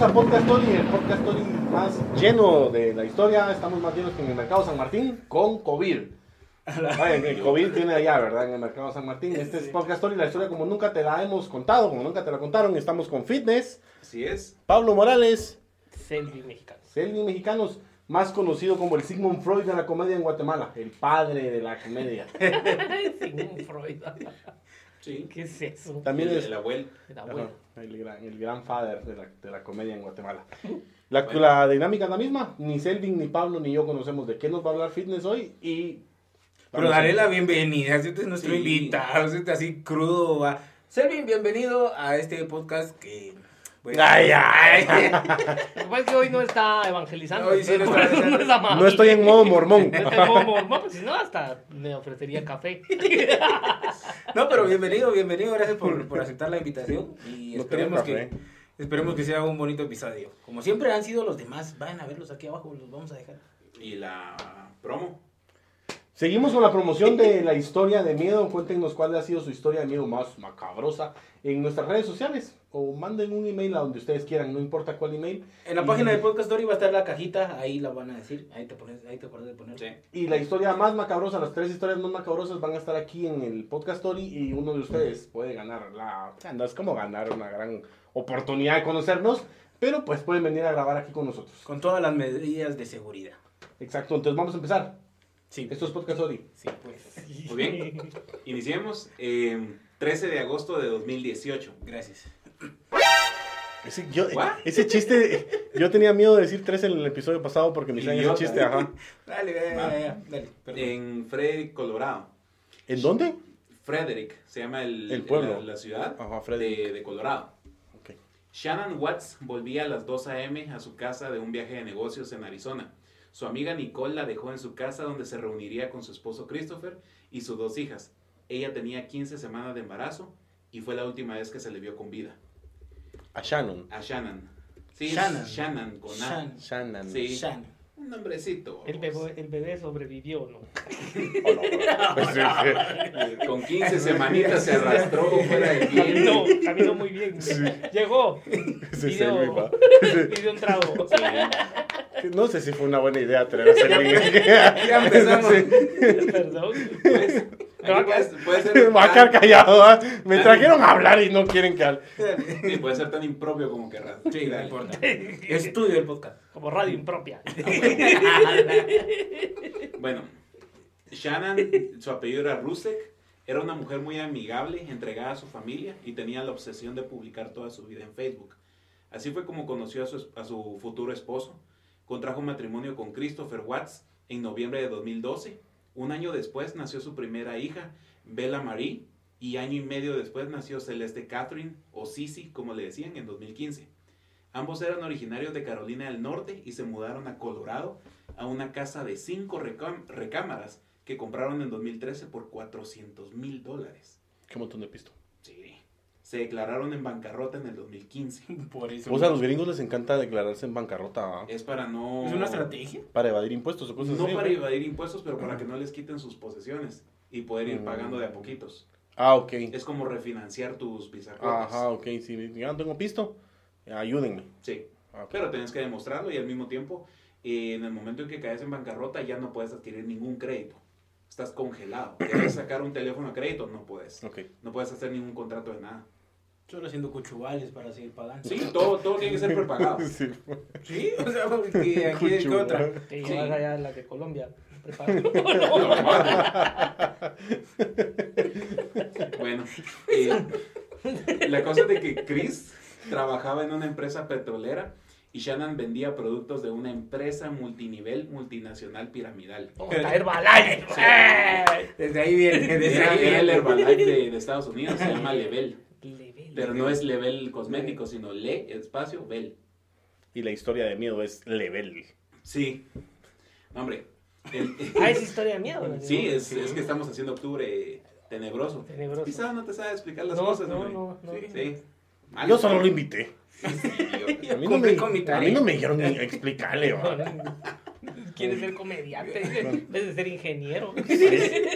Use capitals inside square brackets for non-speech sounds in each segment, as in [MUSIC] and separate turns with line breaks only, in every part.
a Podcast Tony, el Podcast Tony más lleno de la historia. Estamos más llenos que en el Mercado San Martín con COVID. Ay, el COVID tiene allá, ¿verdad? En el Mercado San Martín. Este es Podcast Tony, la historia como nunca te la hemos contado, como nunca te la contaron. Estamos con Fitness,
Así es.
Pablo Morales,
Selvi
[LAUGHS]
mexicano.
Selvi Mexicanos, más conocido como el Sigmund Freud de la comedia en Guatemala, el padre de la comedia.
Sigmund Freud.
Sí.
¿Qué es eso?
También
El-
es
el abuelo.
Era
Ajá,
bueno.
el, gran, el gran father de la, de la comedia en Guatemala. La, la dinámica es la misma. Ni Selvin, ni Pablo, ni yo conocemos de qué nos va a hablar fitness hoy. Y.
Pero dale la bienvenida, si usted es nuestro
Sí.
invitado, si usted así crudo va. Ser bien bienvenido a este podcast que... bueno, este,
Ay,
[LAUGHS]
ay,
Lo que pasa es que hoy no está evangelizando.
Hoy sí
entonces [LAUGHS] por
no está
eso no
evangelizando.
es amable.
No estoy en modo
[LAUGHS]
mormón.
[LAUGHS] No estoy como mormón, pues, si no, hasta me ofrecería café.
No, pero bienvenido, bienvenido, gracias por, por aceptar la invitación y
No
esperemos,
quiero
que, esperemos que sea un bonito episodio. Como siempre han sido los demás, vayan a verlos aquí abajo, los vamos a dejar.
Y la promo.
Seguimos con la promoción de la historia de miedo. Cuéntenos cuál ha sido su historia de miedo más macabrosa en nuestras redes sociales. O manden un email a donde ustedes quieran, no importa cuál email.
En la página de Podcast Story va a estar la cajita, ahí la van a decir, ahí te, pones, ahí te acuerdas de poner.
Sí.
Y la historia más macabrosa, las tres historias más macabrosas van a estar aquí en el podcast Story y uno de ustedes puede ganar la... o sea, No es como ganar una gran oportunidad de conocernos, pero pues pueden venir a grabar aquí con nosotros.
Con todas las medidas de seguridad.
Exacto, entonces vamos a empezar.
Sí,
Esto es podcast Story.
sí, pues.
Muy bien. Iniciemos. eh, 13 de agosto de 2018.
Gracias.
Ese, yo-
¿What?
ese chiste, yo tenía miedo de decir tres en el episodio pasado porque me hicieron ese
Idiota.
chiste, ajá.
Dale, ya, ya, ya, dale, perdón.
En Frederick, Colorado.
¿En dónde?
Frederick se llama el,
El pueblo.
La, la ciudad
Ajá, Frederick.
de, de Colorado.
Ok.
Shannon Watts volvía a las 2 a.m. a su casa de un viaje de negocios en Arizona. Su amiga Nicole la dejó en su casa donde se reuniría con su esposo Christopher y sus dos hijas. Ella tenía 15 semanas de embarazo y fue la última vez que se le vio con vida.
A Shannon.
A Shannon. Sí, Shannon.
Shannon.
Shannon con A.
Shannon.
Shannon.
Sí.
Shan.
Un nombrecito.
El bebé, el bebé sobrevivió, ¿no?
Oh, no, [LAUGHS] no.
Eh, Con 15 semanitas se arrastró fuera
[LAUGHS]
de
Caminó,
bien.
caminó muy bien. Llegó.
Ese es el
Pidió,
mismo.
[LAUGHS] pidió un trago.
[LAUGHS] No sé si fue una buena idea [LAUGHS] traer a Selvin.
[LAUGHS] Ya empezamos.
Perdón.
[LAUGHS]
Pues, aquí puedes- puede
[LAUGHS]
ser
Va a quedar
tan,
callado. ¿ah? Me trajeron a hablar y no quieren que hable.
sí, puede ser tan impropio como querrás.
Sí, no importa. Estudio el [LAUGHS] podcast.
Como radio impropia.
Bueno, Shannon, su apellido era Rusek, era una mujer muy amigable, entregada a su familia y tenía la obsesión de publicar toda su vida en Facebook. Así fue como conoció a su, es- a su futuro esposo. Contrajo matrimonio con Christopher Watts en noviembre de 2012. Un año después nació su primera hija, Bella Marie, y año y medio después nació Celeste Catherine, o Sisi, como le decían, en 2015. Ambos eran originarios de Carolina del Norte y se mudaron a Colorado a una casa de cinco recam- recámaras que compraron en 2013 por 400 mil dólares.
Qué montón de pisto.
Sí. Se declararon en bancarrota en el
[LAUGHS]
2015.
Por eso.
O sea, a los gringos les encanta declararse en bancarrota ¿ah?
Es para no...
Es una estrategia.
para evadir impuestos o cosas
Eh. No
así.
para evadir impuestos, pero para que no les quiten sus posesiones y poder ir
Mm.
pagando de a poquitos.
Ah, ok.
Es como refinanciar tus bisacotes.
Ajá, ok. Si ya no tengo pisto, ayúdenme.
Sí.
Ah, ok.
Pero tienes que demostrarlo y al mismo tiempo, eh, en el momento en que caes en bancarrota, ya no puedes adquirir ningún crédito. Estás congelado. Quieres sacar un teléfono a crédito, no puedes.
Ok. [LAUGHS]
No puedes hacer ningún contrato de nada.
Solo haciendo cuchubales para seguir pagando.
Sí, todo, todo tiene que ser prepagado.
[LAUGHS] Sí.
Sí, o [LAUGHS] sea, porque aquí es que otra.
Te
Sí.
llevas allá la de Colombia.
[LAUGHS]
Prepáralo.
Bueno, eh, la cosa es de que Chris trabajaba en una empresa petrolera y Shannon vendía productos de una empresa multinivel multinacional piramidal.
Vamos a traer balay. ¡Eh!
Desde ahí viene, desde
Era,
ahí
era el
viene.
Herbalife de, de Estados Unidos, se llama Level.
Level.
Pero no es Level cosmético, sino Le, espacio, Bel.
Y la historia de miedo es level.
Sí. No, hombre. el- [LAUGHS]
Ah, es historia de miedo. ¿no?
sí, es, es que estamos haciendo octubre tenebroso.
Tenebroso.
Quizás no te sabe explicar las
No,
cosas,
no,
hombre.
no, no.
Sí, sí. Mal.
Yo solo lo invité.
Sí, idiota.
A mí, no
Cumplí
me,
con mi
a
[LAUGHS]
tarea.
mí no me dijeron ni explicarle. ¿va?
Quieres
[LAUGHS]
ser comediante en vez de ser ingeniero.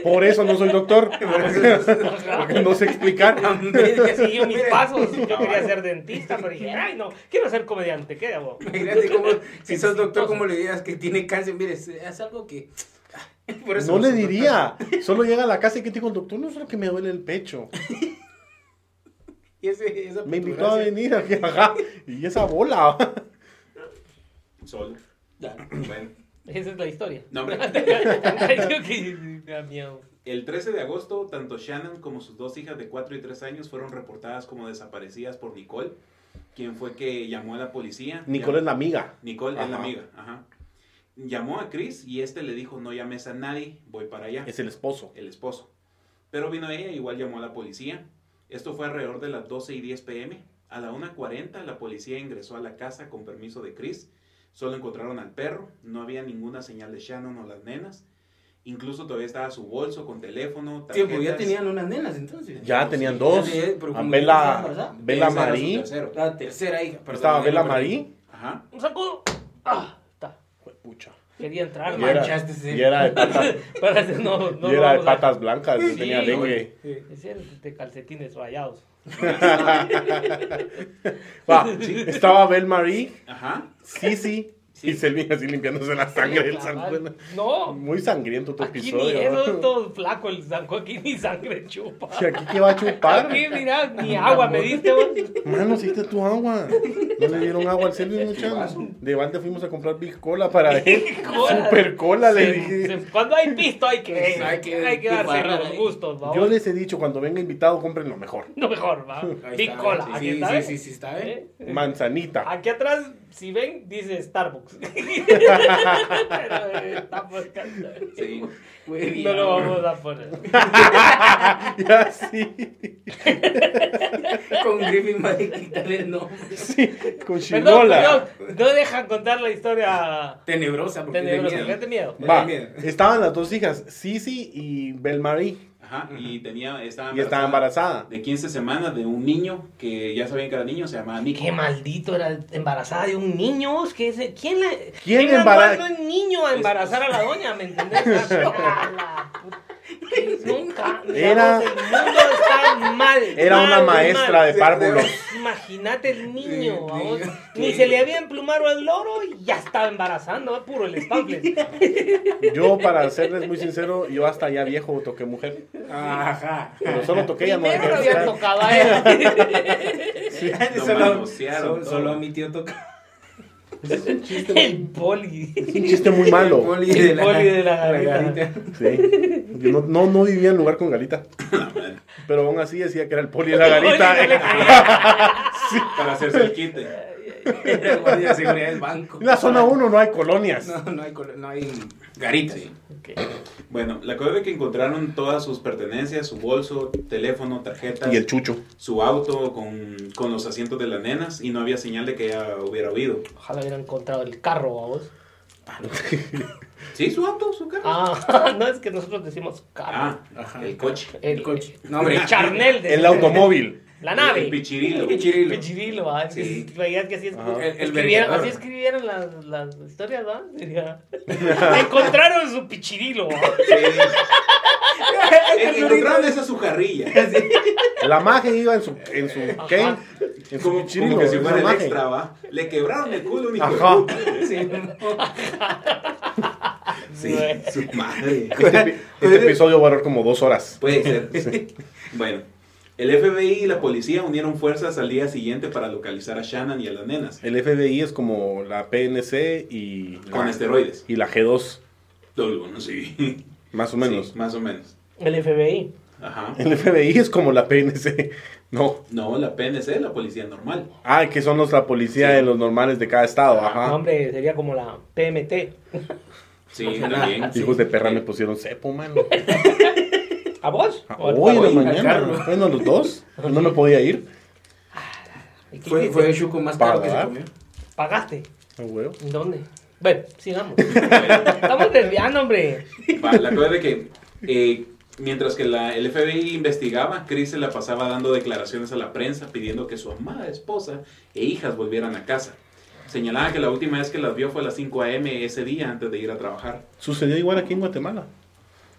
Por eso no soy doctor. [LAUGHS] Porque no sé
[LAUGHS]
explicar.
Es que seguí mis
Miren.
pasos. Yo quería ser dentista, pero dije, ay, no, quiero ser comediante. ¿Qué hago?
Imagínate cómo, si sos doctor, cómo le dirías que tiene cáncer. Mire, es algo que. [LAUGHS] Por eso
No le
soy doctor.
diría. Solo llega a la casa y que te digo, doctor, no sé que me duele el pecho.
Y ese- esa
Me invitó a
petulancia.
venir aquí, ajá. Y esa bola.
Sol.
Ya.
Bueno.
Esa es
[LAUGHS]
la historia.
No, hombre.
Creo que me da miedo.
El 13 de agosto, tanto Shannon como sus dos hijas de 4 y 3 años fueron reportadas como desaparecidas por Nicole, quien fue que llamó a la policía.
Nicole es la amiga.
Nicole es la
Ajá.
amiga, ajá. Llamó a Chris y este le dijo, no llames a nadie, voy para allá.
Es el esposo.
El esposo. Pero vino ella, igual llamó a la policía. Esto fue alrededor de las 12 y 10 pm. A la 1.40 la policía ingresó a la casa con permiso de Chris. Solo encontraron al perro, no había ninguna señal de Shannon o las nenas. Incluso todavía estaba su bolso con teléfono,
Sí, pues ya
tarjetas.
tenían unas nenas entonces.
Ya tenían dos.
Ya tenía- pero como ya estaba
Vela,
embarazada.
Vela
Ese era su
Marí.
tercero.
La Ah, tercera hija. perdón,
Estaba
ya
Vela
me perdí.
Marí.
Ajá.
Un sacudo. Ah, está.
Pucha.
Quería entrar,
Y
Ya
man.
era,
Manchaste, sí.
y era de patas,
Para que no, [LAUGHS] no
y
lo
era de
vamos a-
patas blancas.
Sí,
tenía
güey.
dengue.
Sí.
Es el de calcetines rayados.
Va, Estaba Bel Marie,
Ajá.
Sisi
Sí.
y Selvin así limpiándose la sangre del sanguíneo.
No.
Muy sangriento tu
Aquí ni
episodio.
eso es
¿no?
todo flaco el zanco. Aquí ni sangre chupa.
Sí, aquí que va a chupar.
Aquí, mira,
[LAUGHS]
ni agua me diste, vos.
Mano, si esta es tu agua. No le dieron agua al Selvin, muchachos. De Valde fuimos a comprar Big Cola para él.
Cola.
Super Cola, le
Se-
dije.
se- cuando hay pisto hay que, hay
Hay
que,
que eh.
darse
embarrar
los
ahí.
gustos, ¿va?
Yo les he dicho, cuando venga invitado, compren lo mejor.
No mejor, va.
Ahí
Big
está,
cola.
sí,
aquí
sí,
está,
sí,
¿eh?
sí, sí, está, ¿eh?
¿Eh?
Manzanita.
Aquí atrás, si ven, dice Starbucks. [LAUGHS] Pero, eh, estamos cantando.
Sí.
Muy bien.
No lo vamos a poner. Ah,
[LAUGHS] Ya sí.
Con Griffin va a quitarle el nombre.
Sí, con
Perdón,
chinola.
perdón, no dejan contar la historia
Tenebrosa, porque
tenebrosa.
tenía-
¿Qué te miedo?
perdón.
Va,
Mira.
estaban las dos hijas, Sisi y Belmarie,
Ajá. Y tenía, estaba
y estaba embarazada.
De 15 semanas de un niño que ya sabían que era niño, se llamaba Nick. [LAUGHS]
Qué
[LAUGHS]
maldito era embarazada de un niño. es que ese- ¿Quién la
¿Quién
mandó
embara-
a un niño a embarazar a la doña?
[LAUGHS]
¿Me entendés? A la puta. Nunca.
Era-
digamos, El mundo está mal.
Era
mal,
una
mal.
maestra de
Sí,
párvulos.
Imagínate el
Sí,
niño, vamos.
niño.
Ni se le había emplumado el loro y ya estaba embarazando. ¿eh? Puro el
[LAUGHS]
estample.
Yo, para serles muy sincero, yo hasta ya viejo toqué mujer.
Ajá.
Pero solo toqué ya no
Primero lo
dejé
había
de
tocado
[LAUGHS]
a él.
Lo
solo,
manosearon
solo-
todo.
solo a mi tío toca.
El poli.
Es un chiste muy
El
malo.
poli de [LAUGHS] la,
[LAUGHS] poli de la garita.
garita.
Sí. Yo no, no, no vivía en lugar con Galita. Pero aún así decía que era el poli de la [LAUGHS]
Poli, no le
Galita.
creía.
[LAUGHS] Para hacerse el quite.
Era guardia de seguridad del banco.
En la zona 1 no hay colonias.
No, no hay, colo- no hay garitas.
Sí.
Ok.
Bueno, la cosa es que encontraron todas sus pertenencias, su bolso, teléfono, tarjetas,
Y el chucho.
su auto con, con los asientos de las nenas y no había señal de que ella hubiera huido.
Ojalá hubiera encontrado el carro, vos.
Sí, su auto, su carro.
Ah, [LAUGHS] no es que nosotros decimos carro.
Ah,
Ajá.
el coche.
El coche. No, hombre.
El charnel.
[LAUGHS]
de-
El automóvil.
La
El
nave.
pichirilo.
Pichirilo. Ah,
Pichirilo, ¿va? Es que
Sí.
es- veías que así, es-
Ajá.
El- el
escribieron,
vergueador.
así escribieron las, las historias, ¿va?
[LAUGHS]
Sería- [LAUGHS] Encontraron su pichirilo, ¿va?
Sí. Encontraron esa su jarrilla.
La magia iba en su. En su ¿Qué? En su
[LAUGHS] Como,
pichirilo,
como que si
esa
fuera el
maje.
extra, ¿va? Le quebraron el culo, único.
Ajá.
Sí,
Sí.
su madre. [LAUGHS]
Este, epi- este episodio va a durar como dos horas.
Puede
[LAUGHS]
ser. Bueno, el FBI y la policía unieron fuerzas al día siguiente para localizar a Shannon y a las nenas.
El FBI es como la PNC y
Con este.
la,
esteroides.
y la G2,
Todo bueno, sí.
más o menos.
Sí, más o menos.
El FBI.
Ajá.
El FBI es como la PNC. No.
No, la PNC, la policía normal.
Ah, que son los, la policía
Sí. Ah,
de los normales de cada estado.
No,
Ah.
Ajá.
hombre, sería como la PMT.
[LAUGHS]
Sí, también.
Hijos de perra
Sí.
me pusieron cepo,
[LAUGHS]
mano. Ah,
¿A vos?
Ah,
¿O al
Hoy en la
Pavoy?
mañana.
carro.
Bueno, los dos. No me podía ir.
¿Y qué
Fue,
hiciste?
fue el chuco más caro que se
Pagar.
comió.
¿Pagaste?
Ah, huevo.
¿En dónde? Bueno, sigamos. [LAUGHS] Estamos desviando, hombre.
Va, la cosa de que eh, mientras que la, el FBI investigaba, Chris se la pasaba dando declaraciones a la prensa pidiendo que su amada esposa e hijas volvieran a casa. Señalaba que la última vez que las vio fue a las 5 a.m. ese día antes de ir a trabajar.
Sucedió igual aquí en Guatemala.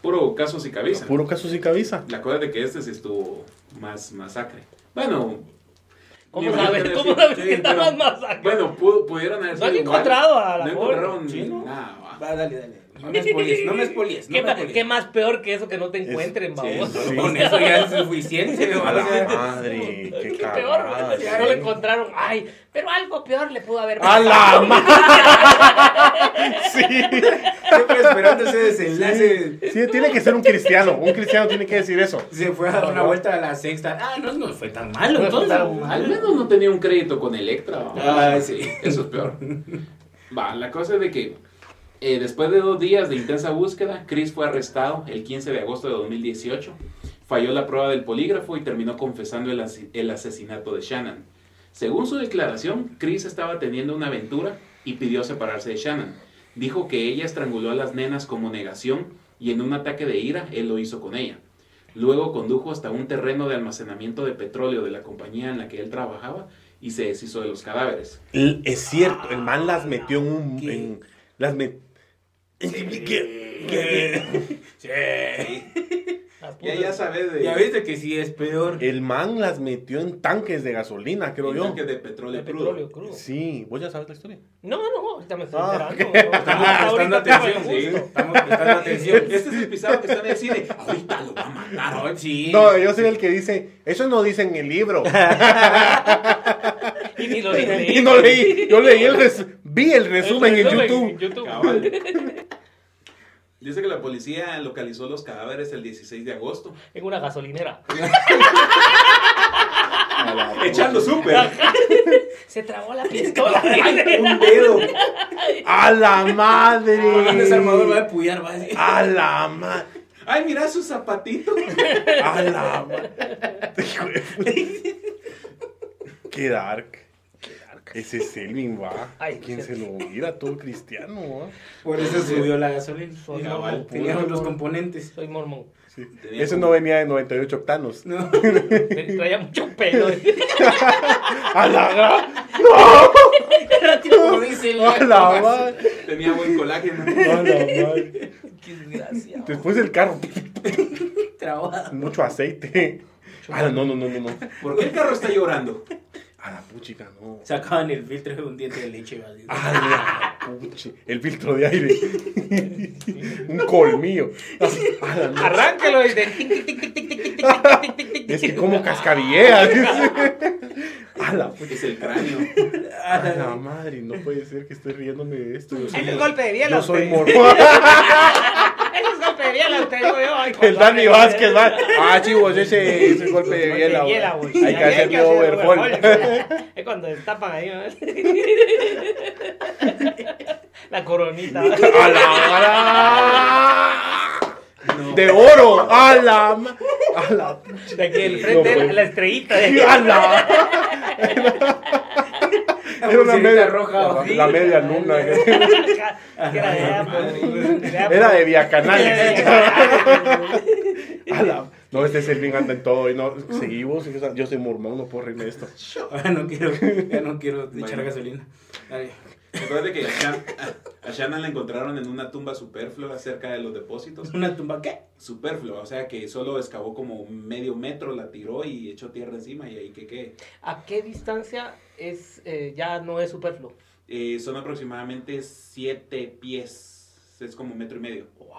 Puro casos y cabeza.
Puro caso sin cabeza.
La cosa es de que este sí estuvo más masacre. Bueno.
¿Cómo
mi
sabes?
imagínate
¿Cómo
decir,
sabes
sí,
que estaba
pero-
más acá?
Bueno, pudo- pudieron haber
No han
sido igual.
encontrado a la
No
pobre.
encontraron
Sí, ¿no?
nada, va.
Va, dale, dale. No me espolies, no me espolies. No
¿Qué,
me
ma-
espolies.
qué más peor que eso que no te encuentren,
sí,
babos?
sí.
[LAUGHS] Con eso ya es [LAUGHS] suficiente.
A
¿no?
la
O sea,
madre, qué,
Qué peor,
cagada,
güey.
sí.
no lo encontraron. Ay, pero algo peor le pudo haber
A
pasado.
Ah, la madre. Sí.
Siempre esperando ese desenlace.
Sí, tiene que ser un cristiano. Un cristiano tiene que decir eso.
Se fue a dar una vuelta a la sexta. Ah, no, no fue tan malo.
No fue
entonces.
tan
Al menos no tenía un crédito con Electra. ¿no?
Ah, sí.
Eso es peor. Va, la cosa es de que eh, después de dos días de intensa búsqueda, Chris fue arrestado el 15 de agosto de 2018. Falló la prueba del polígrafo y terminó confesando el, asi- el asesinato de Shannon. Según su declaración, Chris estaba teniendo una aventura y pidió separarse de Shannon. Dijo que ella estranguló a las nenas como negación y en un ataque de ira él lo hizo con ella. Luego condujo hasta un terreno de almacenamiento de petróleo de la compañía en la que él trabajaba y se deshizo de los cadáveres.
L- Es cierto, el man las metió en un.
¿Qué?
en- las met- ¿Qué? ¿Qué?
Sí. Sí.
Las
Ya,
putas.
ya sabes de,
Ya viste que sí Eh, es peor.
El man las metió en tanques de gasolina, creo
de
yo.
tanques de petróleo,
De
crudo.
petróleo crudo.
Sí, vos ya sabes la historia.
No, no, ahorita me estoy
Ah,
enterando.
ok.
No,
Estamos
ahorita
prestando
estaba
atención.
en
sí.
gusto.
Estamos prestando atención.
Este es el pisado que está en el cine. Ahorita lo va a matar.
Ah, sí.
No, yo soy el que dice. Eso no dice en el [LAUGHS] libro.
Y ni lo
[LAUGHS]
leí.
y no leí. Yo leí el res- vi el resumen en
Resumen
YouTube.
Cabal. [LAUGHS] Dice que la policía localizó los cadáveres el 16 de agosto.
[LAUGHS] En una gasolinera.
A la-
Echando súper.
[LAUGHS] Se trabó
[LAUGHS]
la pistola.
¡Ay, un dedo!
A la
Un Ah, desarmador va a
madre.
apoyar, va a decir.
A la madre.
¡Ay, mira su zapatito!
A la ma- Hijo de puta. Qué dark. Ese Selvin va.
Ay,
¿Quién se
sí.
lo mira? Todo cristiano, ¿va?
Por eso subió la gasolina.
Soy
Mira,
mormón.
vale,
Teníamos los [LAUGHS] componentes.
Soy mormón.
Sí.
Tenía
Ese
como-
no venía de 98 octanos.
No.
Traía mucho pelo.
[LAUGHS] ¡A la gra-
Era tipo diésel.
¡A la madre!
Tenía buen colágeno.
¡A la madre!
Qué desgracia.
Después del carro,
Trabado.
mucho aceite. Ah, no, no, no, no, no.
¿Por qué el carro está llorando?
A la puchica, no.
Sacaban el filtro de un diente de leche, va a decir.
A la puchi. El filtro de aire. Un colmillo. A la madre.
Arránquelo y de tic, tic, tic, tic, tic, tic, tic, tic, tic, tic, tic,
Es
tic.
que [LAUGHS] como cascabillea. dice. A la
Porque es el cráneo.
A la madre, no puede ser que estoy riéndome de esto. Yo soy,
Ese es golpe de biela.
yo soy
usted.
mormón.
Ese es golpe de biela. Te digo yo. Ay,
[LAUGHS] El
cuando
Dani
hable-
Vázquez va. Ah, chivos, ese es el golpe de
Golpe
biela.
de
güey.
biela, güey.
Hay
Ahí
que hacerle overhaul.
overhaul. Es cuando destapan ahí. ¿no? [LAUGHS] La coronita.
A la
No.
madre. De oro. A la ma- A la
De aquí el
No,
frente,
güey.
la, la estrellita. [LAUGHS]
A la. Era una media
roja,
La,
güey.
la media luna.
¿eh?
Que era de Apple.
Era de Via Canal.
Canal.
A la- No, este Selvin anda en todo. Y
[LAUGHS]
no, seguimos. Yo soy mormón, no puedo reírme de esto.
Ahora no quiero, ya no quiero
Bueno.
echar gasolina. Dale.
Recuerda que a, Shan- a- a Shannon la encontraron en una tumba superflua cerca de los depósitos.
¿Una tumba qué?
Superflua, o sea que solo excavó como medio metro, la tiró y echó tierra encima y ahí que qué.
¿A qué distancia es eh, ya no es superfluo?
Eh, son aproximadamente siete pies. Es como metro y medio.
¡Wow!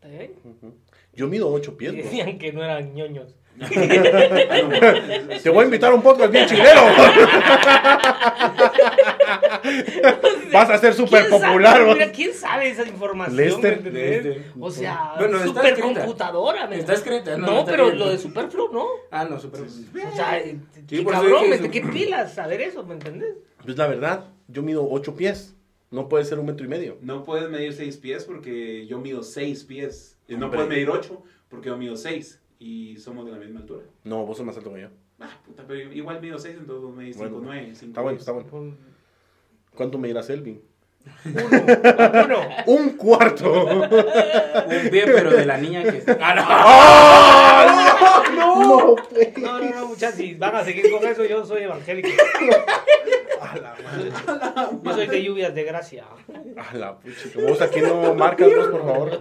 ¿Te ven?
Ujú. Yo mido 8 pies.
Y
bro.
Decían que no eran ñoños.
Te voy a invitar a un podcast bien
[LAUGHS]
chileno. [LAUGHS] Vas a ser súper
¿Quién sabe?
popular.
Mira,
güey.
¿Quién sabe esa información?
Lester.
¿Me entendés?
Lester.
O sea,
Bueno, está
supercomputadora. ¿me
Está escrita,
No,
¿no? está
pero
bien.
lo de superfluo no.
Ah, no, super.
O sea, eh,
Sí,
qué
por eso
cabrón,
dije
¿me- qué
su-
pilas saber eso,
[LAUGHS]
¿me entendés?
Pues la verdad, yo mido 8 pies. No puede ser un metro y medio.
No puedes medir seis pies porque yo mido seis pies. Y no
Hombre.
puedes medir ocho porque yo mido seis. Y somos de la misma altura.
No, vos sos más alto que yo.
Ah, puta, pero igual mido seis, entonces vos medís
Bueno,
cinco, nueve, cinco.
Está bueno, está bueno.
Uno,
¿Cuánto medirá Selvin?
uno.
Un cuarto.
[LAUGHS]
Un pie, pero de la niña que. ¡Ah,
¡Ah,
[LAUGHS]
no! No,
pues.
[LAUGHS]
No, no, no, muchachos, si van a seguir con eso, yo soy evangélico.
pues. A la madre.
[LAUGHS] Yo soy de lluvias de gracia.
A la pucha. Como vos aquí no marcas, vos, por favor.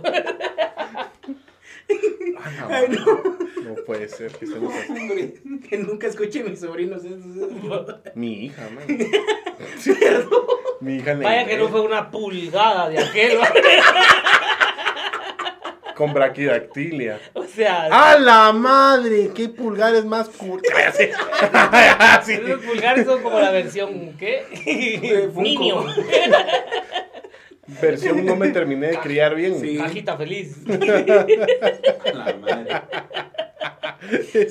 A la madre. No puede ser que estemos así.
[LAUGHS] Que nunca escuche mis sobrinos. esos-
Mi hija, man. Mi hija le.
Vaya que no fue una pulgada de aquel. ¿va?
Con braquidactilia.
[LAUGHS] O
[LAUGHS]
sea,
¡A la madre! ¡Qué pulgares más [LAUGHS] curtos! [LAUGHS] sí.
los pulgares son como la versión,
De
¿qué?
Funko.
Niño.
Versión no me terminé de criar bien.
Sí.
Cajita feliz.
[LAUGHS]
La madre.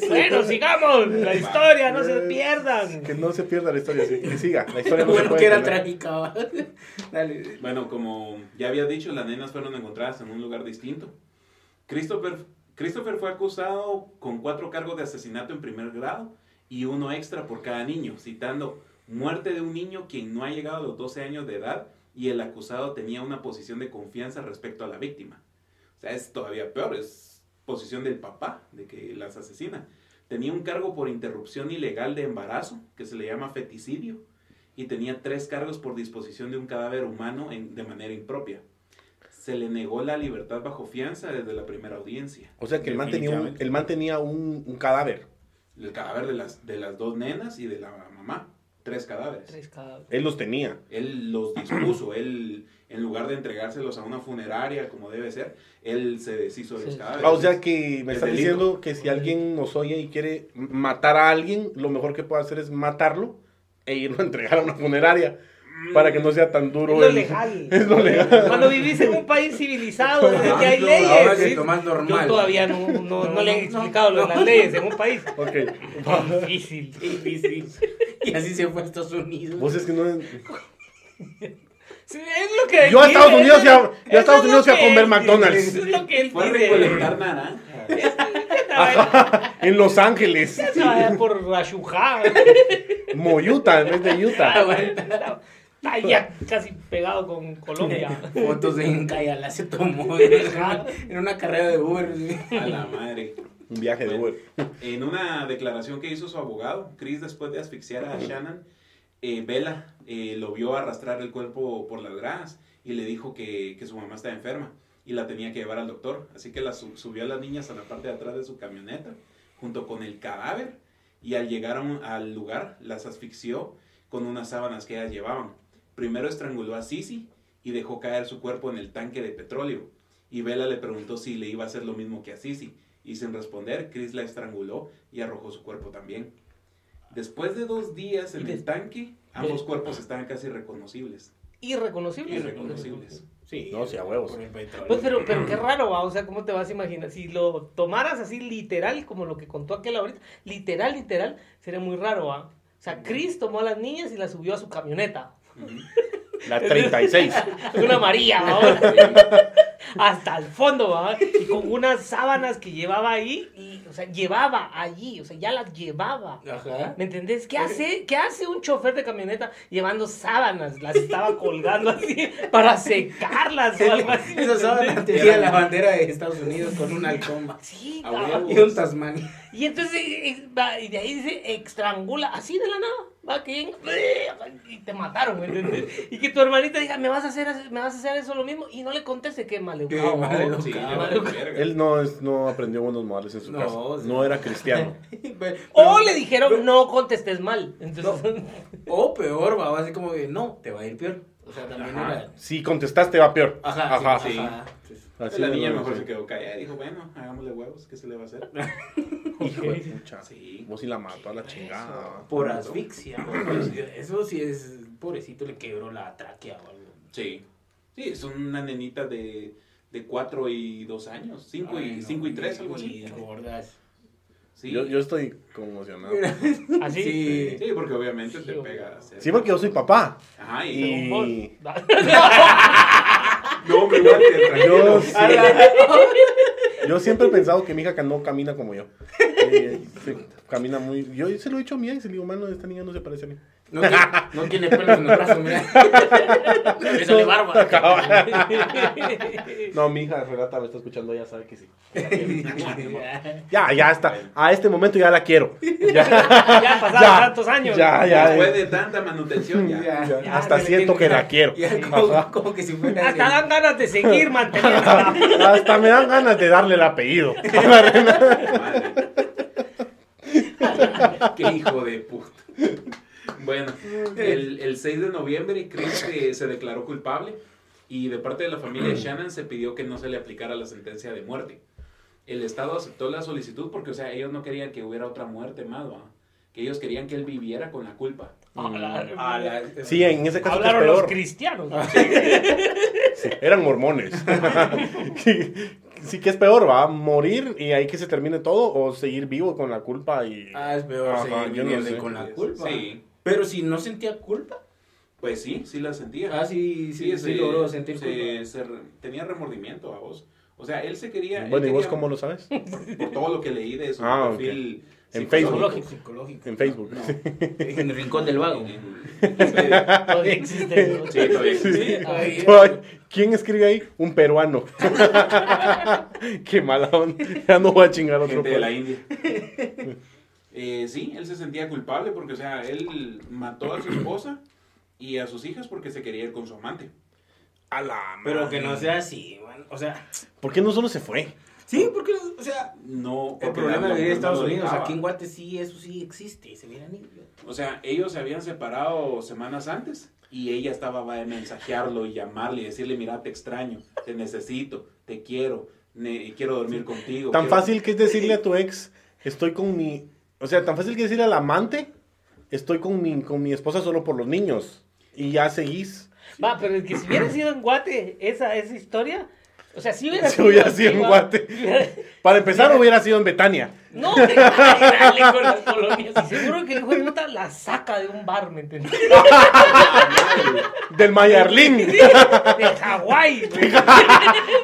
Bueno, sigamos. La historia, no se pierdan.
Que no se pierda la historia, sí. Que siga. La historia no se
Bueno,
puede
que era
perder.
trágica. ¿va? Dale.
Bueno, como ya había dicho, las nenas fueron encontradas en un lugar distinto. Christopher, Christopher fue acusado con cuatro cargos de asesinato en primer grado y uno extra por cada niño, citando muerte de un niño quien no ha llegado a los 12 años de edad y el acusado tenía una posición de confianza respecto a la víctima. O sea, es todavía peor, es posición del papá, de que las asesina. Tenía un cargo por interrupción ilegal de embarazo, que se le llama feticidio, y tenía tres cargos por disposición de un cadáver humano en- de manera impropia. Se le negó la libertad bajo fianza desde la primera audiencia.
O sea que el man tenía un,
Definitivamente.
el man tenía un, un cadáver.
El cadáver de las, de las dos nenas y de la mamá. Tres cadáveres.
Tres cadáveres.
Él los tenía.
Él los dispuso. él, en lugar de entregárselos a una funeraria como debe ser, él se deshizo de los
Sí.
cadáveres.
Ah, o sea que me
El
están
delito.
diciendo que si alguien nos oye y quiere matar a alguien, lo mejor que puede hacer es matarlo e irlo a entregar a una funeraria para que no sea tan duro.
Es lo
el-
legal.
Es lo legal.
Cuando vivís en un país civilizado, desde que hay
Ahora
leyes.
sí,
¿sí?
lo más normal.
Yo todavía no, no, no le he
No, no,
explicado lo de
no.
las leyes en un país.
Ok.
Difícil.
Qué difícil. Y así se fue a Estados Unidos.
Vos es que no...
Sí, es lo que
Yo a
dice,
Estados Unidos
es
fui a-
lo-
yo a
eso
Estados
es
Unidos
lo
fui a
que
comer
él
McDonald's.
dice, eso Es lo que él
Fue a
dice.
recolectar naranja.
en Los Ángeles.
Se vaya por Rashujá.
Moyuta, no es de
Ah,
Utah.
Está ya casi pegado con Colombia.
Fotos de un Cayala se tomó en una, en una carrera de Uber. sí.
A la madre.
Un viaje de Uber.
En una declaración que hizo su abogado, Chris, después de asfixiar a Shannon, eh, Bella eh, lo vio arrastrar el cuerpo por las gradas y le dijo que, que su mamá estaba enferma y la tenía que llevar al doctor. Así que la su- subió a las niñas a la parte de atrás de su camioneta junto con el cadáver y al llegar a un- al lugar las asfixió con unas sábanas que ellas llevaban. Primero estranguló a Sisi y dejó caer su cuerpo en el tanque de petróleo. Y Bella le preguntó si le iba a hacer lo mismo que a Sisi. Y sin responder, Chris la estranguló y arrojó su cuerpo también. Después de dos días en
Y
el
des-
tanque, ambos cuerpos estaban casi reconocibles.
Irreconocible.
Irreconocibles.
Sí.
No, sí, a huevos.
Por el petróleo.
Pues, pero, pero qué raro, va. O sea, ¿cómo te vas a imaginar? Si lo tomaras así literal, como lo que contó aquel ahorita, literal, literal, sería muy raro, va. O sea, Chris tomó a las niñas y las subió a su camioneta.
Ujú.
La 36.
Una María, va. Hasta el fondo, va. Y con unas sábanas que llevaba ahí, y, o sea, llevaba allí, o sea, ya las llevaba.
Ajá.
¿Me entendés? ¿Qué hace, ¿Qué hace un chofer de camioneta llevando sábanas? Las estaba colgando así para secarlas o algo así. ¿me
Esa sábana
entendés?
tenía la bandera de Estados Unidos con un halcón va.
Sí,
A
cabrón.
huevo.
y un tasman. [LAUGHS]
Y entonces, eh, eh, va, y de ahí dice, estrangula, así de la nada, va, que llega, y te mataron, ¿me [LAUGHS] entiendes? Y que tu hermanita diga, me vas a hacer, as- me vas a hacer eso lo mismo, y no le conteste, qué maleducado.
Qué maleducado.
Sí, ya
Cabrón.
vale verga.
Él no, es- no aprendió buenos modales en su
No,
casa.
sí.
No era cristiano.
O le dijeron, no contestes mal. Entonces,
O peor, va, así como que no, te va a ir peor. O sea, también era.
Si contestaste va peor.
Ajá,
Ajá.
sí.
sí.
ajá.
Así
la
de
niña
lo-
mejor
sí.
se quedó callada y dijo, bueno, hagámosle huevos, ¿qué se le va a hacer?
[LAUGHS]
Hijo de pucha.
Sí.
Vos sí la mató a la chingada.
Por asfixia. [CLEARS THROAT] Eso sí es. Pobrecito le quebró la tráquea o algo.
Sí. Sí, es una nenita de, de 4 y 2 años, 5
Ay,
y,
no,
5 y 3,
sí,
algo así.
gordas.
Sí.
Yo, yo estoy conmocionado.
así.
Sí.
Sí, porque obviamente
Sí,
te
hombre.
pega. cerca.
Sí, porque yo soy papá.
Ajá, y...
Y-
No, hombre, Walter,
Yo,
[LAUGHS]
tranquilo.
sí- Ah, [LAUGHS] yo siempre he pensado que mi hija no camina como yo. Eh, sí, camina muy. Yo se lo he dicho a mi hija y se le digo, mano, esta niña no se parece a mí.
No tiene, no tiene pelos en los brazos, mira. Le
[LAUGHS]
sale barba.
No, mi hija Renata me está escuchando, ya sabe que sí. [LAUGHS] Ya, ya está. A este momento ya la quiero. Ya,
[LAUGHS] Ya pasaron
Ya,
tantos años.
ya, ya. eh.
Después de tanta manutención, ya.
ya,
ya,
hasta
ya,
siento
ya,
que
ya.
la quiero.
Ya, como,
Ajá.
como que si fuera.
Hasta dan ganas de seguir manteniendo. [LAUGHS]
Hasta me dan ganas de darle el apellido.
Madre. Qué hijo de puta. Bueno, el, el 6 de noviembre Chris eh, se declaró culpable y de parte de la familia de Shannon se pidió que no se le aplicara la sentencia de muerte. El Estado aceptó la solicitud porque, o sea, ellos no querían que hubiera otra muerte más, ¿va? que ellos querían que él viviera con la culpa.
Ah,
Hablar-
Sí, en ese caso que es
Hablaron los
peor.
cristianos.
Sí, eran
[LAUGHS]
mormones. sí, que es peor, ¿va? Morir y ahí que se termine todo o seguir vivo con la culpa y...
Ah, es peor
Ajá,
seguir
yo no
viviendo
sé.
con la culpa.
Sí.
Pero si no sentía culpa.
Pues sí, sí la sentía.
Ah, sí, sí, sí,
se-
logró sentir
se-
culpa.
se re- tenía remordimiento a vos. O sea, él se quería... él
Bueno, ¿y vos
quería-
cómo lo sabes?
por todo lo que leí de su
Ah,
perfil
En
psicológico.
Facebook.
Psicológico.
En
[LAUGHS]
Facebook.
No. En el rincón del vago.
Todavía existen. ¿no?
Sí,
[LAUGHS]
todavía existe.
Ay,
Ay, ¿Quién escribe ahí? Un peruano. [LAUGHS] Qué mala onda. Ya no voy a chingar a otro.
Gente de la
pues.
India. [LAUGHS] Eh, sí, él se sentía culpable porque, o sea, él mató a su esposa y a sus hijas porque se quería ir con su amante.
Pero que no sea así, bueno, O sea.
¿Por qué no solo se fue?
Sí, porque, o sea.
No,
El
porque
problema
la-
de vivir en
no
Estados
lo
Unidos,
dejaba.
aquí en Guate sí, eso sí existe. Se miran idiotas.
O sea, ellos se habían separado semanas antes y ella estaba va a mensajearlo y llamarle y decirle, mira, te extraño, te necesito, te quiero, ne- quiero dormir contigo.
Tan
quiero- [LAUGHS]
fácil que es decirle a tu ex, estoy con mi... O sea, tan fácil que decirle al amante, estoy con mi, con mi esposa solo por los niños. Y ya seguís.
Va, pero el que si hubiera sido en Guate esa, esa historia, o sea, si hubiera
Si hubiera sido
así,
en
va,
Guate.
hubiera-
Para empezar, hubiera sido en Betania.
[LAUGHS] No, te- dale con las colonias. Y seguro que el hijo de puta la saca de un bar, ¿me entiendes?
[LAUGHS] Del
[LAUGHS]
Mayarlín.
De Hawái.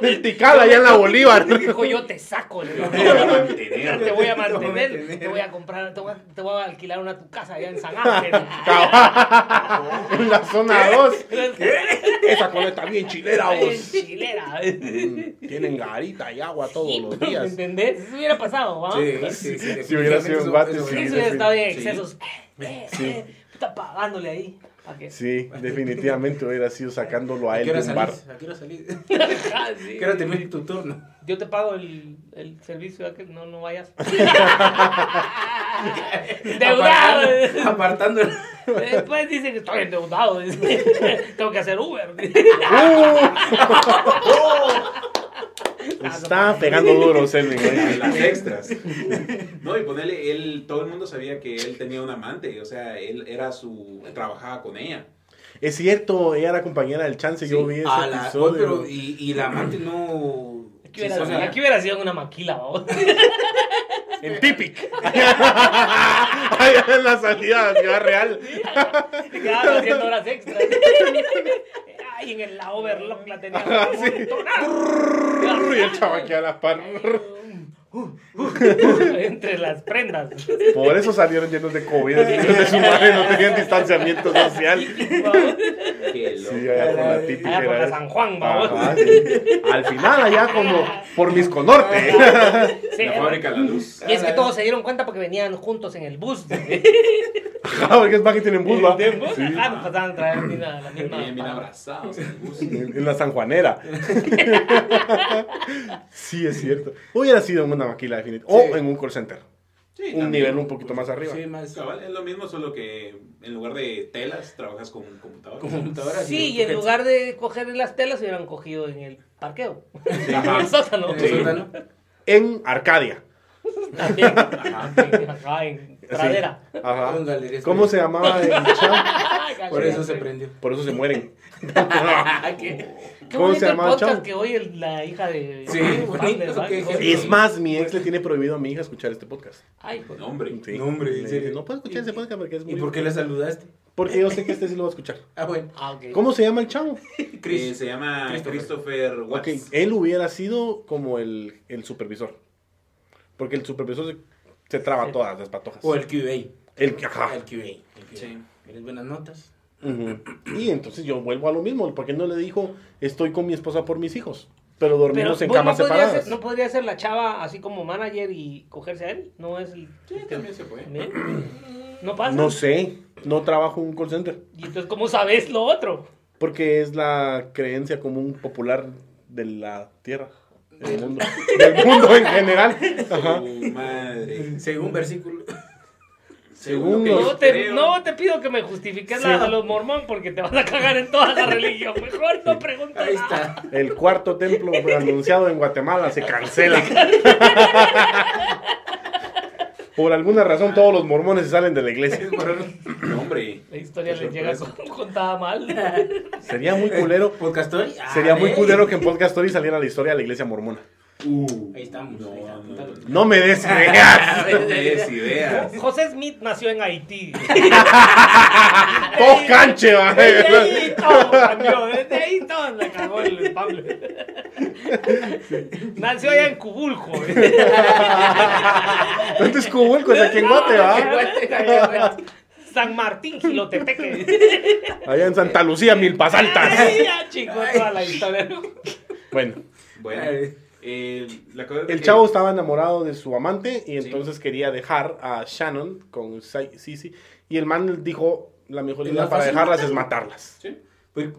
Del Tikal, allá en la
[LAUGHS]
Bolívar.
Dijo, yo te saco. le digo.
Te voy a mantener.
Te voy a mantener, te voy
Te voy a mantener.
a comprar, te voy a, te voy a alquilar una tu casa allá en San
[LAUGHS] [LAUGHS]
Ángel. [LAUGHS]
en la zona 2. Esa cola está bien chilera,
En
vos.
Chilera.
Tienen garita y agua todos los
[LAUGHS] ¿Me
días.
entendés? Eso hubiera pasado, ¿va?
sí, sí.
Si Ah, hubiera sido un Guate,
Sí,
sí.
eso hubiera estado bien,
Sí.
excesos. Eh, eh, eh, puta, pagándole ahí. ¿Para qué?
Sí, definitivamente hubiera sido sacándolo a
¿A
él
qué
de
hora
un bar.
salís? ¿A qué hora salís?
[LAUGHS]
Ah, sí.
¿A qué hora termina tu turno?
Yo te pago el, el servicio, ¿verdad? que no, no
[LAUGHS]
vayas. Deudado.
Apartando- Apartando. [LAUGHS]
Después dicen que estoy endeudado. dice.
[LAUGHS]
Tengo que hacer Uber.
¡Uh! Está pegando duro, Selvin. ¿eh?
las extras. [LAUGHS] No, y ponerle, él, todo el mundo sabía que él tenía un amante, o sea, él era su, trabajaba con ella.
Es cierto, ella era compañera del Chance. Yo vi ese
A la-
episodio.
Oye, pero y, y la amante no.
Aquí hubiera,
o sea,
aquí hubiera sido una maquila,
[LAUGHS]
vamos.
En [LAUGHS] Típic. Allá en la salida de la Ciudad Real.
Te quedaban haciendo horas extras. Ay, en el la overlock la tenía.
Ah, Y el chavo aquí a la par.
Entre las prendas.
Por eso salieron llenos de COVID. Los niños de su madre no tenían distanciamiento social.
Qué loco.
Sí, allá por la típica.
Allá por la
era-
San Juan,
Ajá,
vamos.
sí. Al final, allá como por Misco Norte.
[LAUGHS]
Sí,
La fábrica La Luz.
Y es que todos se dieron cuenta porque venían juntos en el bus.
[LAUGHS] Ajá, Ah, porque es más que tienen bus, ¿va? [LAUGHS]
[LAUGHS] En bus,
Sí.
ajá, nos pasaban a traer ni la, la misma.
Bien, bien abrazados.
[LAUGHS]
en el bus.
En en la sanjuanera. [LAUGHS] sí, es cierto. Hubiera sido en una maquila definitivamente. O
Sí.
en un call center.
Sí,
un
también.
nivel un poquito más arriba.
Sí, más.
Cabal, es lo mismo, solo que en lugar de telas trabajas con computadoras.
Computadora.
Sí, y en lugar de coger las telas, hubieran cogido en el parqueo. en [LAUGHS]
Ajá.
el sótano.
En el sótano.
En Arcadia.
También. Ajá, en
Sí.
pradera.
Ajá.
En galerías.
¿Cómo se
[LAUGHS]
llamaba el chavo?
Por eso
[LAUGHS]
se prendió.
Por eso se mueren.
Ah, qué- Qué
¿Cómo
bonito
se
el
llamaba el
podcast
chavo?
que hoy el- la hija de.
Sí,
Wagner,
bonito,
¿verdad?
qué
Hoy-
ejemplo.
Es más, mi ex le tiene prohibido a mi hija escuchar este podcast.
Ay, pues, joder.
No, hombre.
Sí.
No, hombre, ¿en
Le
serio?
dije, No puedo escuchar ese podcast porque es muy.
¿Y por qué la saludaste?
Porque yo sé que este sí lo va a escuchar.
Ah, bueno.
Ah, ok.
¿Cómo se llama el chavo?
Eh, se llama Christopher, Watts.
Ok, él hubiera sido como el, el supervisor. Porque el supervisor se, se traba todas las patojas.
O el QA.
El- ajá.
El QA. el QA.
Sí.
Eres buenas notas.
Ujú. Y entonces yo vuelvo a lo mismo. ¿Por qué no le dijo, estoy con mi esposa por mis hijos? Pero dormimos en
vos
camas
pues, no podría,
separadas.
ser, no podría ser la chava así como manager y cogerse a él. No es el.
Sí, también se puede.
¿También? No pasa.
No sé, no trabajo en un call center.
Y entonces, ¿cómo sabes lo otro?
Porque es la creencia común popular de la tierra, del mundo, del mundo en general. Ajá.
Su madre.
Según versículo.
Según lo que
Pues
No
yo
te,
creo,
no te pido que me justifiques la-
Sí.
a los mormón porque te vas a cagar en toda la religión. Mejor no preguntes.
Ahí
nada.
[LAUGHS] está.
El cuarto templo anunciado en Guatemala se cancela. Por alguna razón todos los mormones se salen de la iglesia.
[LAUGHS] no, hombre.
La historia
Qué
les llega
sorpresa.
con-
[LAUGHS]
contada mal.
Sería muy culero.
Podcastor. Ah,
Sería muy
ve.
culero
[LAUGHS]
que en Podcast Story saliera la historia de la iglesia mormona.
Uh,
Ahí estamos,
No,
ahí
no,
está,
no,
apúntalo.
No me des
Ah,
ideas.
no me des ideas.
José Smith nació en
[LAUGHS]
Haití.
Oh,
Todo canche, va.
Desde ahí todo cambió, desde ahí todo la cagó el Pablo. Nació allá en Cubulco. eh.
[LAUGHS]
Antes Cubulco es aquí en Guate,
Ah,
va.
San Martín, Gilotepeque.
Allá en Santa Lucía, mil pasaltas.
Ahí ya chingó toda la historia.
Bueno.
Bueno, el, la cosa es
El
que-
chavo estaba enamorado de su amante y entonces quería dejar a Shannon con Sai- Sisi. Y el man dijo, la mejor
Es
idea
más
para
fácil
dejarlas es matarlas. [CLEARS THROAT]
Sí.
Pues,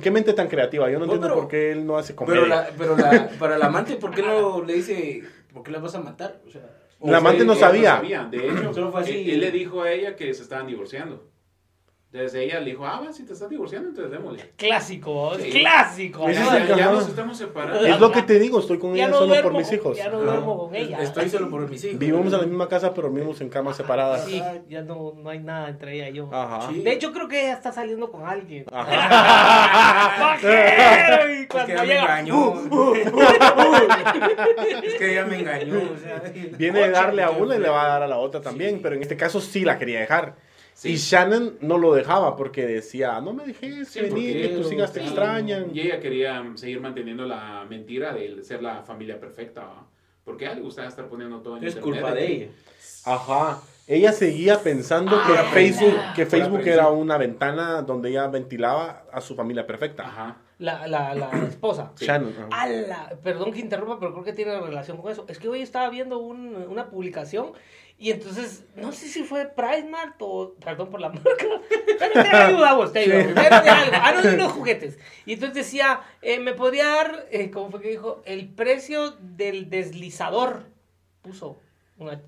Qué mente tan creativa. Yo no
No,
entiendo
pero-
por qué él no hace comedia.
pero la, pero la, para la amante, ¿por qué no le dice, por qué la vas a matar? O sea, o
La amante
fue-
no
Ella
sabía.
De hecho,
Solo fue así.
Él, él le dijo a ella que se estaban divorciando. Entonces ella le dijo, ah, va, si te estás divorciando, entonces démosle.
Clásico,
Sí.
clásico.
Ya,
Ese es
Ya-
el
ya
cabrón.
nos estamos separando.
Es lo que te digo, estoy con
ya
ella
no
solo
duermo
por mis
con-
hijos.
Ya no
Ah,
duermo con ella.
Estoy solo por mis hijos.
Vivimos en la misma casa, pero vivimos en camas separadas.
Sí, ya no, no hay nada entre ella y yo.
Ajá.
Sí.
De hecho, creo que ella está saliendo con alguien. [LAUGHS]
Ajá.
¡Pajero! Y
Es que
cuando
ya me
llega. uh,
engañó. es que ya me engañó. o sea.
Viene a darle a una y le va a dar a la otra también, pero en este caso sí la quería dejar.
Sí.
Y Shannon no lo dejaba porque decía, no me dejes
Sí,
venir,
porque-
que tus hijas te
sí.
extrañan.
Y ella quería seguir manteniendo la mentira de ser la familia perfecta. ¿va? Porque a ella le gustaba estar poniendo todo en
Es
internet.
culpa de ella.
Ajá. Ella seguía pensando que
Ah,
Facebook,
la-
que
fue la
Facebook
prensa.
era una ventana donde ella ventilaba a su familia perfecta. Ah,
Ajá.
La, la, la esposa.
Shannon. ajá.
Ala, perdón que interrumpa, pero creo que tiene relación con eso. Es que hoy estaba viendo un- una publicación y entonces, no sé si fue PriceMart o, perdón por la marca, [LAUGHS] pero te ayuda vos, te ayuda. pero de algo. Ah, no, de unos juguetes. Y entonces decía, eh, me podía dar, eh, ¿cómo fue que dijo? El precio del deslizador. Puso una,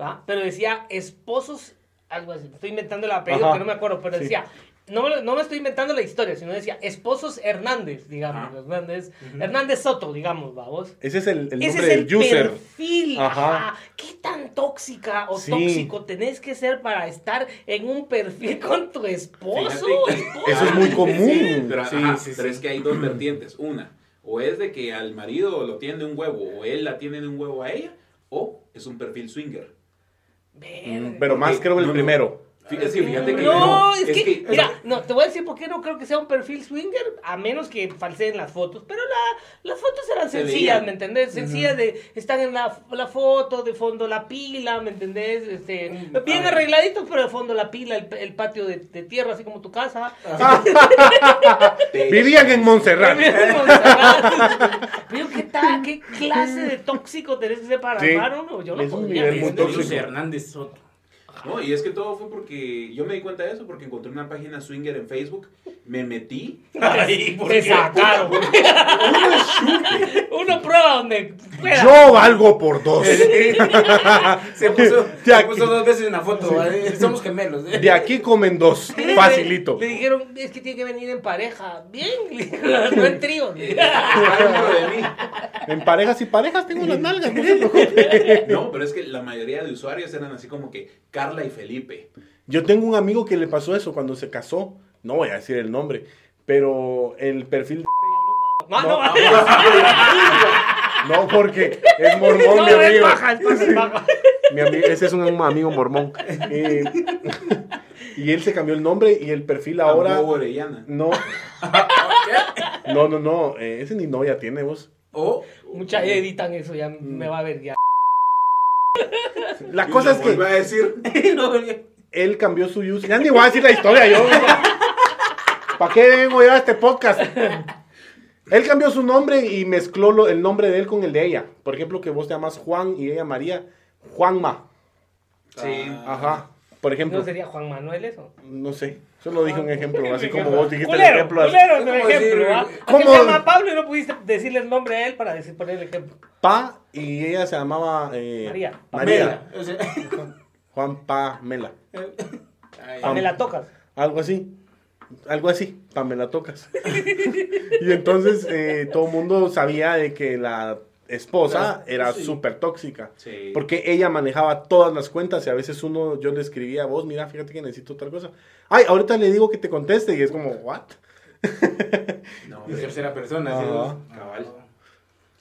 ¿va? Pero decía, esposos, algo así. Me Estoy inventando el apellido,
Ajá.
que no me acuerdo, pero
Sí.
decía, no, me lo- no me estoy inventando la historia, sino decía, esposos Hernández, digamos,
Ah.
Ajá.
Hernández, Hernández Soto, digamos, vamos.
Ese es el, el
Ese es
nombre
el
del user.
perfil.
Ajá.
ajá. ¿Qué tan tóxica o
Sí.
tóxico tenés que ser para estar en un perfil [LAUGHS] con tu esposo?
Fíjate que-
Eso es muy común.
Sí, pero,
Sí,
ajá,
sí,
pero
sí.
es que hay dos vertientes. Una, o es de que al marido lo tiende un huevo, o él la tiene de un huevo a ella, o es un perfil swinger.
Mm,
Verga.
Pero más
Ok,
creo el
no, no.
primero.
Fíjate, fíjate que
Ah, No, es, que, mira, no, te voy a decir por qué no creo que sea un perfil swinger, a menos que falseen las fotos, pero la, las fotos eran
Se
sencillas,
veían.
¿me entendés? Sencillas de, están en la, la foto, de fondo la pila, ¿me entendés? Este,
Mm,
bien
ah.
arregladitos, pero de fondo la pila, el, el patio de, de tierra, así como tu casa.
te-
Vivían en Montserrat.
[LAUGHS] Pero qué tal, qué clase de tóxico tenés que ser para
Sí.
armar uno, yo no
Es un
podría.
nivel
Es
muy
muy
tóxico.
Hernández Soto.
No, y es que todo fue porque yo me di cuenta de eso porque encontré una página swinger en Facebook, me metí. [LAUGHS]
Ay,
Te sacaron. Uno prueba donde pueda.
Yo valgo por dos.
[LAUGHS] se puso,
De
se
aquí.
puso dos veces en la foto. ¿vale? Somos gemelos. ¿eh?
De aquí comen dos.
Le-
Facilito.
Le dijeron, es que tiene que venir en pareja. Bien, le dijeron, no en trío. [LAUGHS]
Está dentro de mí.
En parejas y parejas tengo las nalgas, no se preocupe.
No, pero es que la mayoría de usuarios eran así como que Carla y Felipe.
Yo tengo un amigo que le pasó eso cuando se casó. No voy a decir el nombre, pero el perfil.
Mano,
No, no, porque es mormón, mi
es
amigo.
baja, es baja, es baja.
Mi ami- ese es un am- amigo mormón. Eh, y él se cambió el nombre y el perfil ahora.
Amor Orellana.
No, no, no, no. eh, ese ni novia tiene vos.
O
Muchas editan eso, ya
Mm.
me va a ver ya.
La cosa es
Iba
que [LAUGHS]
a decir.
[LAUGHS] no,
él cambió su user. Ya ni voy a decir la historia yo. ¿Para qué vengo yo a este podcast? Él cambió su nombre y mezcló lo- el nombre de él con el de ella. Por ejemplo, que vos te llamas Juan y ella María, Juanma.
Sí.
Ajá. Por ejemplo,
¿No sería Juan Manuel eso?
no sé. Solo dije un ejemplo, así
Ejemplo.
como vos dijiste el
culero,
ejemplo. así.
Culero, es el
¿Cómo
ejemplo,
decir,
¿ah?
güey?
¿Cómo?
¿Cómo?
se llama Pablo y no pudiste decirle el nombre a él para decir, poner el ejemplo?
Pa y ella se llamaba eh,
María.
María.
O sea, [LAUGHS]
Juan Pamela.
ay,
Pam-
Me la tocas.
Algo así. Algo así. Pamela Tocas. [LAUGHS] y entonces eh, todo el mundo sabía de que la esposa era
sí.
súper tóxica.
Sí.
Porque ella manejaba todas las cuentas y a veces uno, yo le escribía a vos, mira, fíjate que necesito tal cosa. Ay, ahorita le digo que te conteste y es como, ¿what?
No,
en
hombre,
tercera persona. así,
Ajá.
¿no?
Cabal.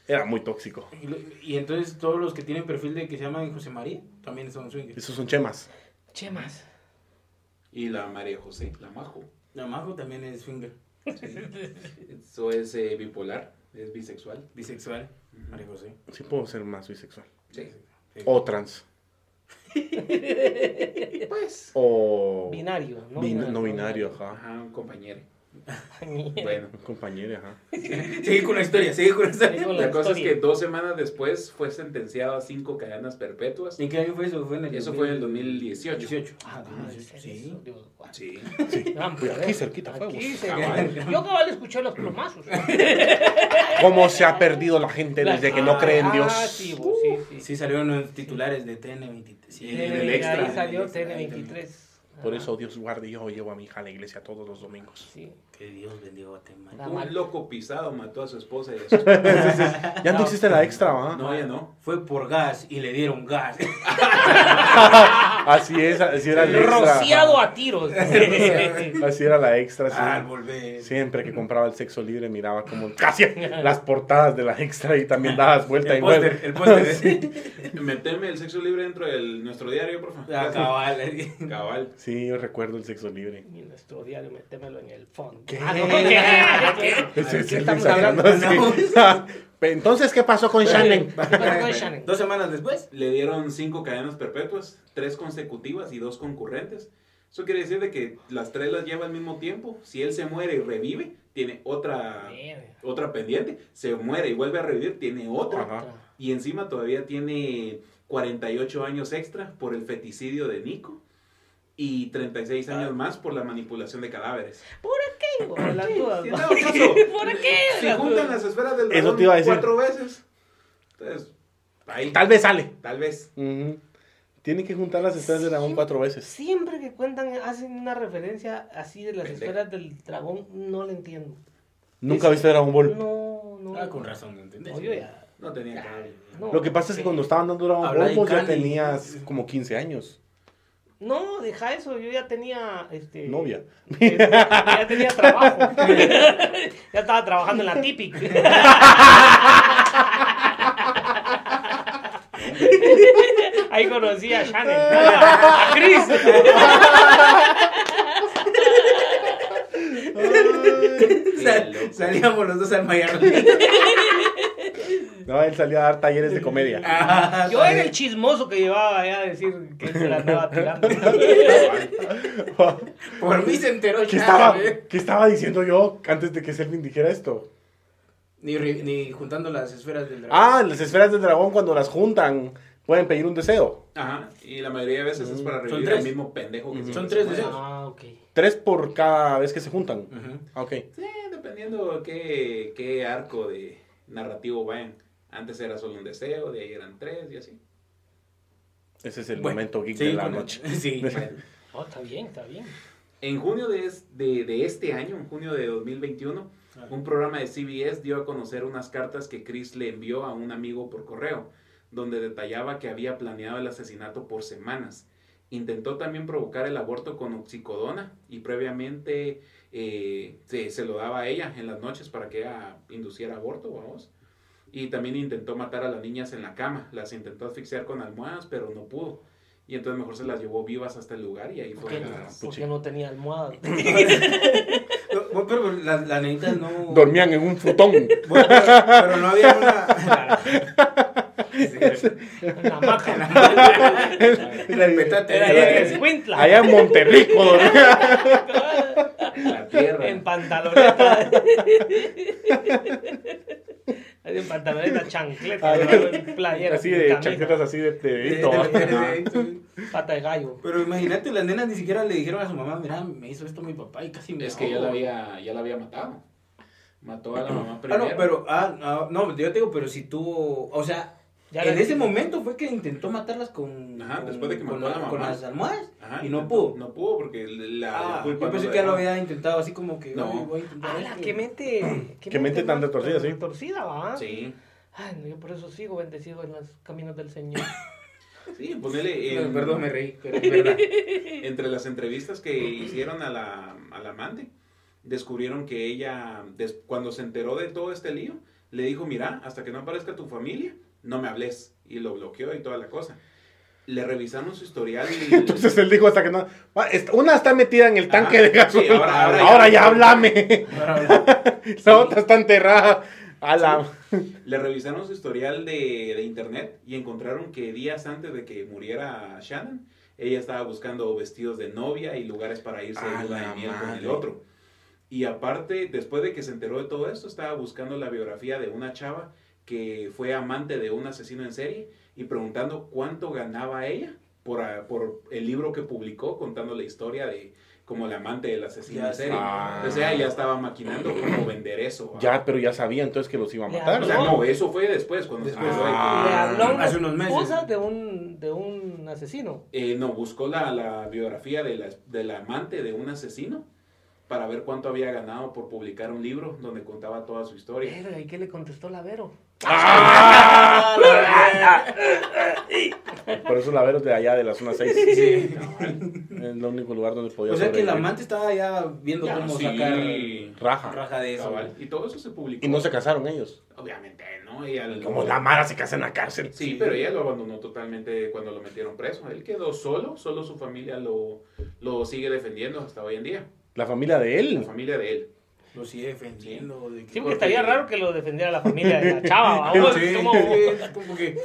Era muy tóxico.
Y lo- Y entonces todos los que tienen perfil de que se llaman José María también son swingers.
Esos son chemas.
Chemas.
Y la María José, la Majo.
La Majo también es swinger.
Eso es eh, bipolar, es bisexual.
Bisexual. María José.
Sí puedo ser más bisexual.
Sí.
O trans.
Pues.
O...
Binario. No
Oh. Bin- no binario,
[LAUGHS]
ajá.
Ajá, un compañero.
Mierda.
Bueno.
Compañero, ajá.
Sigue con la historia, sigue con la
Sigue
historia.
con la
La cosa es
historia.
que dos semanas después fue sentenciado a cinco cadenas perpetuas.
¿En qué año fue eso? ¿Fue en el
Eso fue en el 2018.
2018. Ah,
Ah, ¿en
2018.
serio?
Sí.
Dios,
[LAUGHS]
guau.
Sí.
Vamos
Uy,
a
aquí
ver.
cerquita fue,
Aquí
vos.
cerca.
Cabal.
[LAUGHS] Yo cabal escuché los
[LAUGHS]
plomazos.
¿Cómo se ha perdido la gente desde que no cree en Dios?
Ah, sí, vos, sí, sí.
Sí, salieron los titulares de TN23. Sí,
Y
Eh,
en el extra,
Ahí salió
Ahí
TN23.
también.
Por
Ajá.
eso Dios guarde, yo llevo a mi hija a la iglesia todos los domingos.
Sí.
Que Dios bendiga a Guatemala.
La mal-
Un loco pisado mató a su esposa y a su esposa.
Ya no existe la extra, ¿va?
No, ya no.
Fue por gas y le
[LAUGHS]
dieron gas.
[LAUGHS] Así es, así era la extra.
Rociado a tiros.
[LAUGHS] Así era la extra, Pues, sí.
Ah, Al volver.
Siempre que compraba el sexo libre miraba como casi las portadas de la extra y también dabas vuelta y
El póster,
vuelta. [LAUGHS]
el póster. ¿eh?
Meteme el sexo libre dentro de nuestro diario, por favor. [LAUGHS]
La cabal.
Cabal.
Sí, yo recuerdo el sexo libre.
Y nuestro diario, metémelo en el fondo.
¿Qué?
Ah, no, ¿qué? ¿Qué?
Ese es el
estamos
exagerando,
hablando?
sí. [LAUGHS] Entonces, ¿qué pasó con Shannon?
¿Qué pasó
[LAUGHS]
con Shannon?
Dos semanas después.
Le dieron cinco cadenas perpetuas, tres consecutivas y dos concurrentes. Eso quiere decir de que las tres las lleva al mismo tiempo. Si él se muere y revive, tiene otra,
Mierda.
otra pendiente. Se muere y vuelve a revivir, tiene otra.
Ajá.
Y encima todavía tiene 48 años extra por el feticidio de Nico. Y 36
Ah.
años más por la manipulación de cadáveres.
¿Qué? Por las dudas,
Si en
Ah, [LAUGHS] ¿no?
dado caso,
¿Por qué?
Si juntan las esferas del
Eso
dragón
te iba a decir.
cuatro veces. Entonces, ahí.
Tal vez sale.
Tal vez.
Ujú. Tiene que juntar las estrellas de dragón cuatro veces.
Siempre que cuentan, hacen una referencia así de las
Pendejo.
esferas del dragón, no la entiendo.
Nunca viste Dragon Ball.
No, no.
Ah, con razón, ¿entendés?
No, yo ya.
No tenía que
no,
Lo que pasa es que
sí.
cuando estaban dando Dragon
Habla
Ball,
de
vos ya
Cali.
tenías como 15 años.
No, deja eso, yo ya tenía. Este, [LAUGHS]
Novia.
este, ya tenía trabajo. [LAUGHS] ya estaba trabajando en la Típic. [LAUGHS] Ahí conocí a Shannon, a Chris.
[LAUGHS]
Sal-
Qué loco.
salíamos los dos al Miami.
[LAUGHS]
No, él salía a dar talleres de comedia.
Ah,
Yo era el chismoso que llevaba allá a decir que él se la andaba tirando.
Por mí se
[LAUGHS]
enteró
¿Qué
ya,
estaba,
Ah, güey.
qué estaba diciendo yo antes de que Selvin dijera esto?
Ni, re- ni juntando las esferas del dragón.
Ah, las esferas del dragón cuando las juntan pueden pedir un deseo.
Ajá. Y la mayoría de veces es para
Son
revivir
tres.
al mismo pendejo que
Son
siempre
tres
se muere.
deseos.
Ah, ok.
Tres por cada vez que se juntan.
Ujú.
Ah, Ok.
Sí, Eh, dependiendo qué, qué arco de narrativo vayan. Antes era solo un deseo, de ahí eran tres y así.
Ese es el
Bueno,
momento geek
sí,
de la
bueno,
noche.
[LAUGHS]
[LAUGHS]
Sí.
Bueno,
Oh, está bien, está bien.
en junio de, es- de- de este año, en junio de 2021, un programa de CBS dio a conocer unas cartas que Chris le envió a un amigo por correo, donde detallaba que había planeado el asesinato por semanas. Intentó también provocar el aborto con oxicodona y previamente eh, se, se lo daba a ella en las noches para que ella induciera aborto, vamos. Y también intentó matar a las niñas en la cama, las intentó asfixiar con almohadas, pero no pudo. Y entonces mejor se las llevó vivas hasta el lugar y ahí fue.
Porque,
donde las-
porque no tenía almohada.
No, pero las la nenitas no.
Dormían en un futón. [LAUGHS]
[LAUGHS] Bueno, Pero no había una.
En la hamaca.
Respetate.
Era ahí en Escuintla. [LAUGHS]
Allá en Monterrico.
La tierra.
En [LAUGHS] pantaloneta. Ahí en pantaloneta, chancleta, en playera.
así
en
de
camisa,
chaquetas así de
[LAUGHS]
dedito.
Pata de gallo.
Pero imagínate, las nenas ni siquiera le dijeron a su mamá, mira, me hizo esto mi papá y casi me
Es que ya
ahogo".
la había, ya la había matado. Mató a la mamá
Ah,
primero.
no, pero, ah, ah, no, yo te digo, pero si tú, o sea,
Ya
en
la-
ese momento fue que intentó matarlas con,
Ajá,
con-
después de que
con,
mató a
la-
la
con
mamá.
las almohadas
Ajá,
y no
intentó-
pudo.
No pudo porque la, la
Ah,
culpa
yo
no
pensé
lo
que ya lo
dejó.
había intentado así como que,
No.
"Ay, voy a intentar
¡Hala,
esto".
qué [CLEARS THROAT] mente!
Qué mente tan retorcida, sí.
Retorcida, ¿va?
Sí,
Ay, no, yo por eso sigo bendecido en los caminos del Señor.
sí, ponele. en-
[LAUGHS] No, Eh, Perdón, me reí,
[LAUGHS]
pero es verdad.
Entre las entrevistas que hicieron a la, a la amante, descubrieron que ella, des- cuando se enteró de todo este lío, le dijo, mira, hasta que no aparezca tu familia, no me hables. Y lo bloqueó y toda la cosa. Le revisaron su historial
[LAUGHS]
y...
Entonces él dijo hasta que no. Ah, est- Una está metida en el tanque
Ajá,
de gasolina.
sí,
ahora,
ahora- ahora ya-
ya háblame. [LAUGHS]
[LAUGHS]
La otra está enterrada. A la...
Le revisaron su historial de, de internet y encontraron que días antes de que muriera Shannon, ella estaba buscando vestidos de novia y lugares para irse
A
de
Ah, la
luna de miel con
madre.
el otro. Y aparte, después de que se enteró de todo esto, estaba buscando la biografía de una chava que fue amante de un asesino en serie y preguntando cuánto ganaba ella por, ah, por el libro que publicó contando la historia de como la amante del asesino
Ya
en serie.
está.
Entonces ella ya estaba maquinando cómo vender eso. ah.
Ya, pero ya sabía entonces que los iba a
Le
matar.
O sea, [LAUGHS]
No.
no, eso fue después, cuando
Después.
se empezó
Ah.
a-
Le habló una
hace unos meses.
esposa de un, de un asesino.
Eh, no, buscó la, la biografía de la, de la amante de un asesino para ver cuánto había ganado por publicar un libro donde contaba toda su historia.
Verga, ¿y qué le contestó la Vero? Ah.
[LAUGHS] Por eso la veros de allá, de la zona 6. Es el único lugar donde podía
O sea que el
sobrevivir.
amante estaba ya viendo
Ya,
cómo
pues, sí,
sacar
Raja.
raja de eso.
cabal. Y todo eso se publicó.
Y no se casaron ellos.
Obviamente, ¿no? Ella lo-
Como la Mara se casa en la cárcel.
Sí, pero ella lo abandonó totalmente cuando lo metieron preso. Él quedó solo, solo su familia lo, lo sigue defendiendo hasta hoy en día.
La familia de
La
él.
familia de él.
Lo sigue defendiendo. de que-
Sí,
¿Por
porque estaría
qué?
raro que lo defendiera la familia de la chava, ¿va?
[LAUGHS] Sí,
Como-
es como que-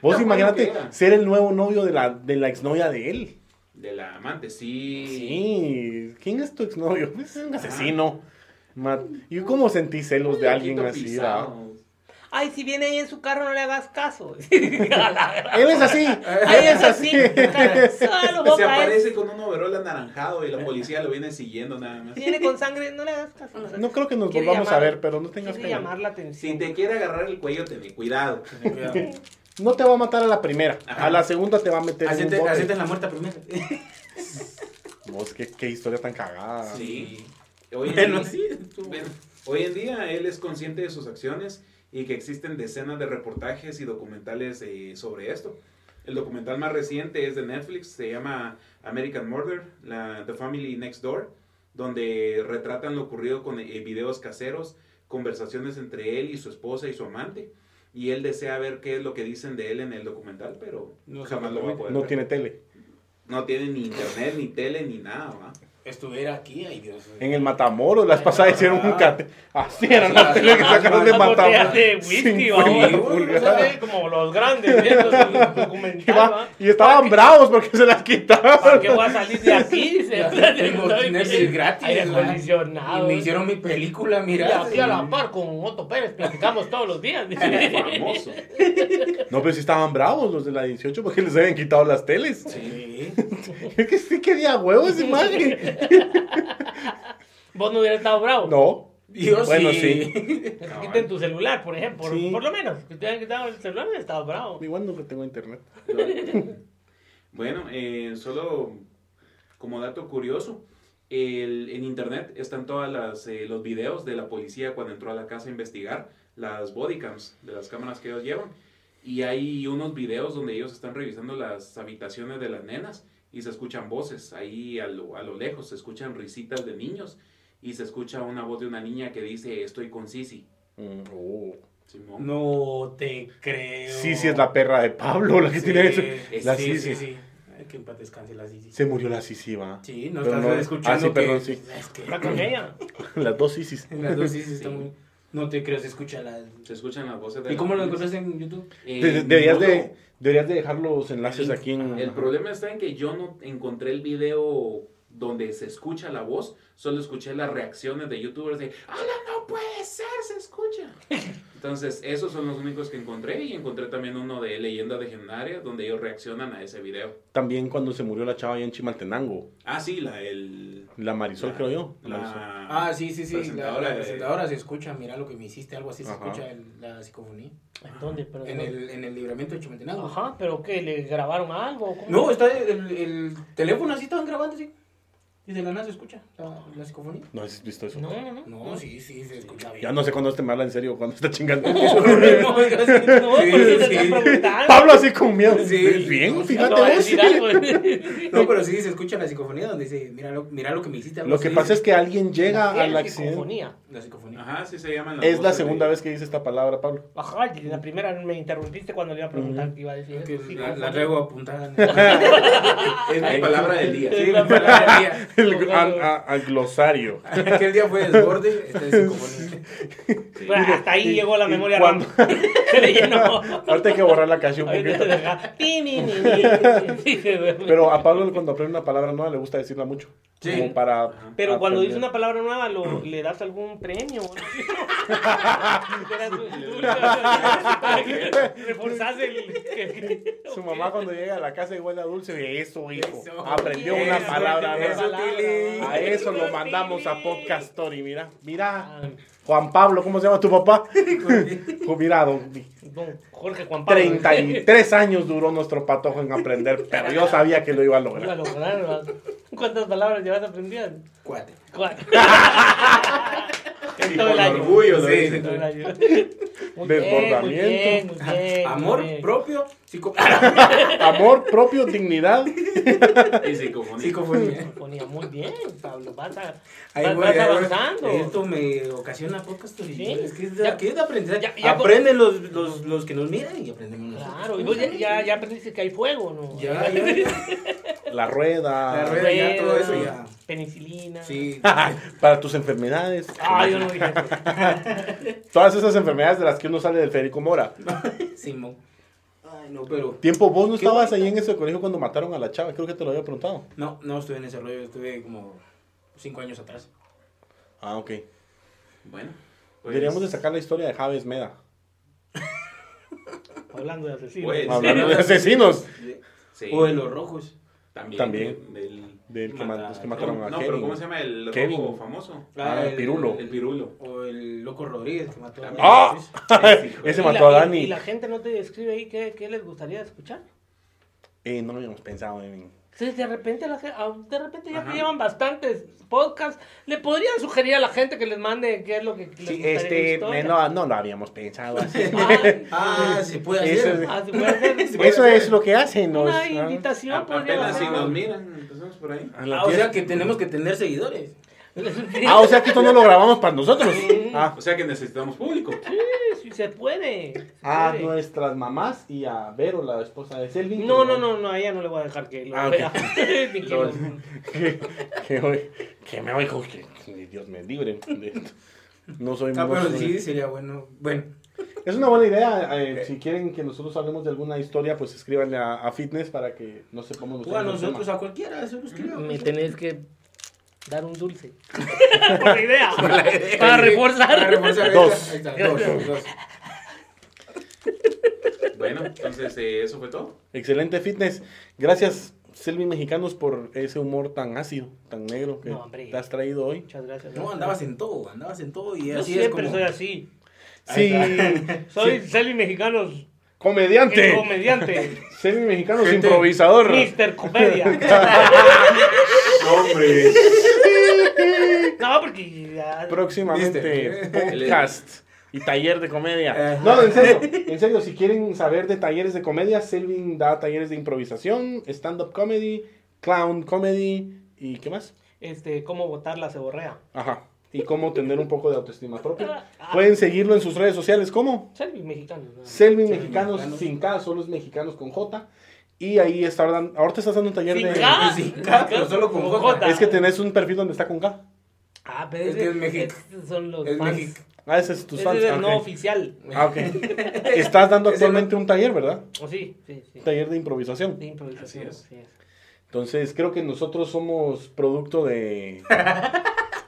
Vos
No,
imagínate
bueno, que era.
ser el nuevo novio de la, de la exnovia de él.
De la amante, sí.
Sí. ¿Quién es tu exnovio? [LAUGHS] Pues es un asesino. Ma- ¿Y cómo sentí celos de alguien
Loquito
así? ah?
pisado.
Ay, si viene ahí en su carro, no le hagas caso.
Él es así.
Ahí es
[LAUGHS]
así. [LAUGHS] Solo ¿eh? vos
Se
caes.
aparece con un overol anaranjado y la policía lo viene siguiendo nada más.
Si viene con sangre, no le hagas caso.
No creo que nos
Quiere
volvamos a
llamar-
ver, pero no tengas
Quiere
pena.
llamar la
Si
atención.
te quiere agarrar el cuello, ten cuidado.
No te va a matar a la primera.
Ajá.
A la segunda te va a meter en un
Acepten
bote.
acepten la muerta primero. [LAUGHS]
Vos, qué, qué historia tan cagada.
Sí. Hoy en,
Bueno,
día,
sí.
bueno, hoy en día él es consciente de sus acciones y que existen decenas de reportajes y documentales eh, sobre esto. El documental más reciente es de Netflix, se llama American Murder, la, The Family Next Door, donde retratan lo ocurrido con eh, videos caseros, conversaciones entre él y su esposa y su amante. Y él desea ver qué es lo que dicen de él en el documental, pero
No se
jamás lo va a
puede.
poder
No
ver.
tiene tele.
No tiene ni internet, ni tele, ni nada, ¿va?
Estuviera aquí, ay Dios.
En el Matamoros, las pasadas hicieron
Ah.
un cate. Así eran las
Así,
teles que
así,
sacaron de
así,
botellas
Matamoros.
de whisky,
Cincuenta
vamos.
pulgadas.
Como los grandes, viendo
Y va-
documental.
[LAUGHS] Y estaban bravos porque se las
¿Para
quitaron.
qué voy a salir de aquí? Dice,
Ya tengo
[LAUGHS]
Netflix gratis,
Aire
¿verdad?
acondicionado.
Y me hicieron mi película,
Y
mira.
aquí a la par con Otto Pérez, platicamos todos los días. dice.
[LAUGHS]
Famoso.
No, pero sí estaban bravos los de la 18 porque les habían quitado las teles.
Sí.
Es que sí quería huevo esa imagen.
Vos no hubieras estado bravo.
No.
Yo
Bueno,
Que te quiten tu celular, por ejemplo. por-
Sí.
Por, lo menos. Que te hayan quitado el celular, hubieras estado bravo.
Igual no tengo internet.
Bueno, eh, solo como dato curioso, el- en internet están todas las eh, los videos de la policía cuando entró a la casa a investigar las bodycams de las cámaras que ellos llevan y hay unos videos donde ellos están revisando las habitaciones de las nenas y se escuchan voces ahí a lo, a lo lejos se escuchan risitas de niños y se escucha una voz de una niña que dice estoy con Sisi
Mm.
Simón.
No te creo.
Sí, sí, es la perra de Pablo la que
Sí,
tiene eso.
sí,
La
sí,
Sisi.
sí, sí. Ay, que en paz descanse la Sisi.
Se murió la Sisi, va.
Sí, no
Pero
estás
no-
escuchando
ah, sí,
que-
perdón, sí.
Es que-
Está con ella.
[LAUGHS] Las dos Sisis.
Las dos Sisis
Sí.
están muy... No te creo, se escucha la...
Se escuchan las voces de
¿Y
la
cómo lo
familia.
encontraste en YouTube?
Eh,
De- de- deberías,
no
de, deberías de dejar los enlaces
El-
aquí en...
lo- El problema está en que yo no encontré el video donde se escucha la voz, solo escuché las reacciones de youtubers de ¡Hala, no puede ser!
[LAUGHS]
¡Se escucha! Entonces, esos son los únicos que encontré y encontré también uno de Leyenda Legendaria donde ellos reaccionan a ese video.
También cuando se murió la chava allá en Chimaltenango.
Ah, sí, la el...
La Marisol,
la-
creo yo. la Marisol.
La,
Ah, sí, sí, sí. La,
presentadora
la
de-
presentadora se escucha, mira lo que me hiciste, algo así, se
Ajá.
escucha el- la psicofonía.
¿En dónde? Pero,
En el, en el libramiento de Chimaltenango.
Ajá, pero ¿qué? ¿Le grabaron algo? ¿Cómo?
No, está el, el teléfono así, estaban grabando así. Y de la nada se escucha la, la psicofonía.
No has visto eso.
No, no, no.
No, sí, sí, se escucha bien.
Ya
[LAUGHS]
no sé cuándo este mala en serio, cuando está chingando.
No, oiga, sí,
No, porque te están
sí, sí.
preguntando.
Pablo así con miedo.
Sí.
Bien,
No,
fíjate
No va a
vos.
decir
[LAUGHS]
algo.
No, pero sí se escucha la psicofonía donde dice, mira lo, mira lo que me hiciste. algo
Lo que
así.
pasa es que alguien llega
¿Qué?
al accidente.
Psicofonía.
La psicofonía.
Ajá, sí se llaman las
Es la
voces de-
segunda vez que dice esta palabra, [LAUGHS] Pablo.
Ajá, y la primera me interrumpiste cuando le iba a preguntar qué iba a decir.
Que
Sí,
la,
como-
la traigo apuntada. [LAUGHS] en el-
Es mi palabra del día.
Sí, la palabra del
El- al, a- al glosario.
día. [LAUGHS] Aquel día fue desborde, esta es psicofonía. [LAUGHS]
Bueno, hasta ahí llegó la
y
memoria RAM.
cuando-
[LAUGHS] Se le
[LAUGHS]
llenó.
Ahorita hay que borrar la calle un poquito. [LAUGHS]
Ajá. Ti, ni, ni, ni. Sí, se duerme.
Pero a Pablo cuando aprende una palabra nueva le gusta decirla mucho.
Sí.
Como para...
Ajá.
Pero cuando dice
aprender.
una palabra nueva, lo- ¿le das algún premio? [LAUGHS] o algo? Para que reforzase el...
Su mamá cuando llega a la casa y huele a dulce, eso hijo,
Eso.
aprendió
[LAUGHS]
Eso,
una palabra
eso,
nueva.
Tili.
A eso lo mandamos a Podcast Story, mira. Mira, Juan Pablo, ¿cómo se llama tu papá? [LAUGHS] Oh, Mira, don-
Don Jorge Juan Pablo.
33 años duró nuestro patojo en aprender, pero yo sabía que lo iba a
Iba a
lograr.
lograr, ¿verdad? ¿Cuántas palabras llevas aprendidas?
Cuatro.
[LAUGHS] Cuatro.
Y
En todo
con
el año.
orgullo lo
Sí,
dicen.
sí.
Todo el año. Muy bien,
Desbordamiento.
muy bien, muy bien,
Amor
muy bien.
propio, psico- [LAUGHS]
Amor, propio, dignidad.
[LAUGHS] Y psicofonía.
psicofonía.
Ponía muy bien, Pablo. Vas, a,
Ahí
vas,
voy,
vas
ahí voy.
avanzando.
Esto me ocasiona pocas
Sí.
Es que es
Ya-
de, que es de aprendizaje.
ya- ya-
Aprenden los, los, los que nos miran y aprendemos nosotros.
Claro, y vos ya, ya, ya aprendiste que hay fuego, ¿no? [LAUGHS]
Ya, ya, ya.
La rueda.
La rueda. ya todo eso ya.
Penicilina. [LAUGHS]
Sí.
Para tus enfermedades.
Ah, yo no dije eso.
Todas esas enfermedades de las que uno sale del Federico Mora.
Simón. Ay, no, pero.
Tiempo, vos no
Qué
estabas
bonito.
ahí en ese colegio cuando mataron a la chava, creo que te lo había preguntado.
No, no estuve en ese rollo, estuve como cinco años atrás.
Ah, ok.
Bueno. pues-
Deberíamos de sacar la historia de Javes Meda.
Hablando de asesinos.
Pues,
Hablando de asesinos.
Sí.
O de los rojos.
También.
También.
Del-
Del que, ma- los que mataron a
no, pero
Kevin.
¿cómo se llama el
Kevin.
rojo famoso?
Ah, el pirulo.
El pirulo.
O el loco Rodríguez que mató a
¡Ah!
Y
Ese
la-
mató a
y-
Dani.
Y la gente no te escribe ahí qué, qué les gustaría escuchar.
Eh, no lo habíamos pensado en...
Entonces, de repente, la, gen- ah, de repente ya
Ajá.
te llevan bastantes podcasts. ¿Le podrían sugerir a la gente que les mande qué es lo que les
Sí,
gustaría
este,
en la historia?
eh, no, no lo habíamos pensado
[LAUGHS]
así. [LAUGHS]
Ah, se puede
Ese-
hacer.
[LAUGHS] Ah, ¿se puede hacer?
Eso es lo que hacen los...
Una
ah.
A-
invitación podría
apenas si
ser.
nos miran, empezamos por ahí.
A la
Ah, o
tía-
sea que tenemos que tener seguidores.
Ah, o sea que esto no lo grabamos para nosotros. Ah,
O sea que necesitamos público.
Sí, sí se puede. se
a
Ah.
puede.
nuestras mamás y a Vero, la esposa de Selvin.
No, no, no, no, a ella no le voy a dejar que lo
Ah, ok.
vea. [LAUGHS] Ni que lo-
que, que hoy- que me oigo, que, que Dios me libre de esto. No soy
Ah,
muy...
pero sí, sería bueno. Bueno,
Es una buena idea. eh, si quieren que nosotros hablemos de alguna historia, pues escríbanle a, a Fitness para que no sepamos
o a nosotros,
Pues, tema.
a cualquiera, eso los creo.
Me tenés que dar un dulce. [LAUGHS] Por la idea. [LAUGHS] Para reforzar.
Para reforzar.
Dos.
Ahí está, dos, dos, dos.
Bueno, entonces eh, eso fue todo.
Excelente Fitness. Gracias, Selvi Mexicanos, por ese humor tan ácido, tan negro que
No, hombre.
te has traído hoy.
Muchas gracias.
No, andabas en todo, andabas en todo y
Yo
así es
siempre
como...
soy así.
Sí,
[LAUGHS] Soy Selvi Mexicanos, el
comediante. [LAUGHS]
comediante,
Selvi Mexicanos,
Gente.
improvisador.
Mr. Comedia.
[LAUGHS]
¡Hombre!
No, porque ya-
Próximamente,
¿Viste?
podcast y taller de comedia.
Ajá.
No, en serio, en serio, si quieren saber de talleres de comedia, Selvin da talleres de improvisación, stand-up comedy, clown comedy y ¿qué más?
este, cómo botar la ceborrea.
Ajá. Y cómo tener un poco de autoestima propia.
ah.
Pueden seguirlo en sus redes sociales como
Selvi Mexicanos. nada más.
Selvin Mexicanos
Mexicanos.
sin K, solo es mexicanos con J. Y ahí está, dan- ahorita estás dando un taller
Sin
de...
K.
Sin K, pero solo con J.
Es que tenés un perfil donde está con K.
Ah, pero
Es
ese-
que es México.
estos son los
Es
fans.
México. [LAUGHS]
Ah, ese es tus
Ese
fans.
es
ah,
el no
ok.
oficial.
Ah, ok. Estás
[LAUGHS]
dando actualmente un taller, ¿verdad?
O sí, sí, sí.
Un taller de improvisación.
De improvisación.
Así es.
así es.
Entonces, creo que nosotros somos producto de.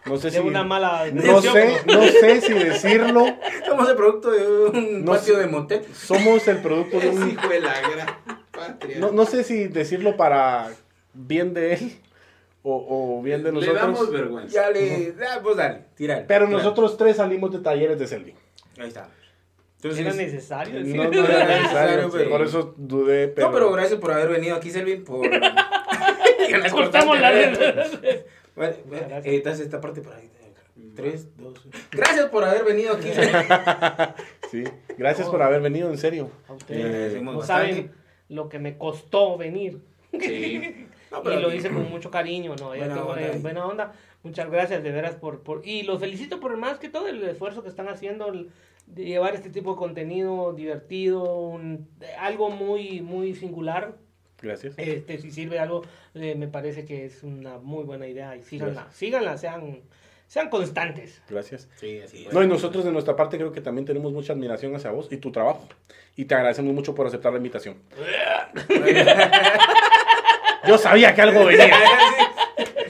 No sé si.
De una mala
No
intención,
sé, no sé si decirlo.
Somos el producto de un
No
patio
sé.
de motel.
Somos el producto de
Es
un.
hijo de la gran patria.
No, no sé si decirlo para bien de él o, o bien de
Le damos
nosotros.
vergüenza.
Ya le. ah, pues dale, tírale.
Pero
tírale.
nosotros tres salimos de talleres de Selvin.
Ahí está.
¿no?
Entonces,
Era
no,
necesario. decir?
eh,
[LAUGHS]
No, no
[LAUGHS]
era necesario,
necesario, pero-
por eso dudé. Pero...
pero gracias por haber venido aquí,
[LAUGHS]
Selvin. Por.
Cortamos la
Bueno, bueno,
Gracias.
editas eh, esta parte por ahí.
Mm,
Tres, dos. uno. Gracias por haber venido aquí, Selvin.
Sí, gracias
Oh.
por haber venido, en serio.
A ustedes.
Eh,
No
Bastante.
Pues, saben lo que me costó venir.
Sí.
No,
y
Ah, pero-
lo hice
[CLEARS THROAT]
con mucho cariño, ¿no? Ya
Buena
tengo,
onda
eh,
ahí.
buena onda. Muchas gracias, de veras, por, por... Y los felicito por más que todo el esfuerzo que están haciendo el- de llevar este tipo de contenido divertido, un- algo muy, muy singular.
gracias.
Este, si sirve de algo, eh, me parece que es una muy buena idea. Y síganla, síganla, sean, sean constantes.
Gracias.
Sí, así es.
No, y nosotros de nuestra parte creo que también tenemos mucha admiración hacia vos y tu trabajo. Y te agradecemos mucho por aceptar la [LAUGHS] invitación. Yo sabía que algo venía.
[LAUGHS]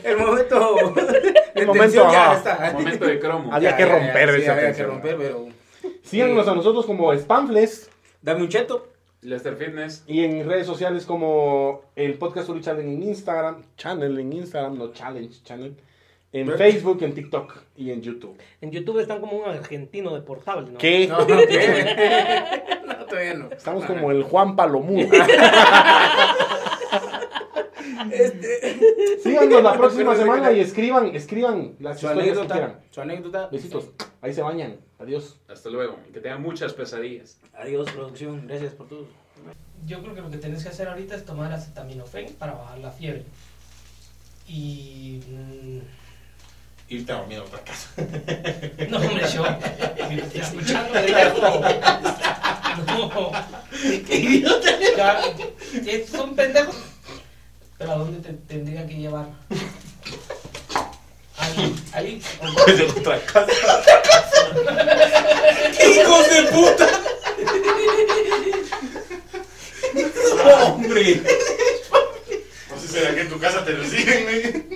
El momento. de
momento,
tensión ya
ajá.
está.
Momento
[LAUGHS]
de cromo.
Había
Ya,
que
ya, ya,
romper
sí,
esa
Había que
tensión.
romper, pero.
Síganos a nosotros como Spamfles
Dame un cheto.
Lester Fitness.
y en redes sociales como el Podcast Uri Challenge en Instagram, channel en Instagram, no challenge, channel. En
Pero-
Facebook, en TikTok y en YouTube.
En YouTube están como un argentino deportable, ¿no?
¿Qué? [LAUGHS]
No, no, todavía no. No, todavía no.
Estamos como el Juan Palomudo. Síganos la próxima semana y escriban, escriban las
Este, Su
historias que
anécdota.
quieran.
Su anécdota.
Besitos. Ahí se bañan. Adiós.
Hasta luego. Que tengan muchas pesadillas.
Adiós, producción. Gracias por todo.
Yo creo que lo que tenés que hacer ahorita es tomar acetaminofén para bajar la fiebre. Y... mm,
Irte a dormir a otra casa.
No, hombre,
[LAUGHS]
yo... me estoy escuchando de lejos. [LAUGHS] No. ¡Qué idiota! Ya, estos son pendejos. Pero ¿a dónde te tendría que llevar?
[LAUGHS]
¿Ahí? ¿Ahí? ¿O-
De otra casa.
¡Hijos de puta!
¡Hombre!
No sé, ¿será que en tu casa te reciben, güey?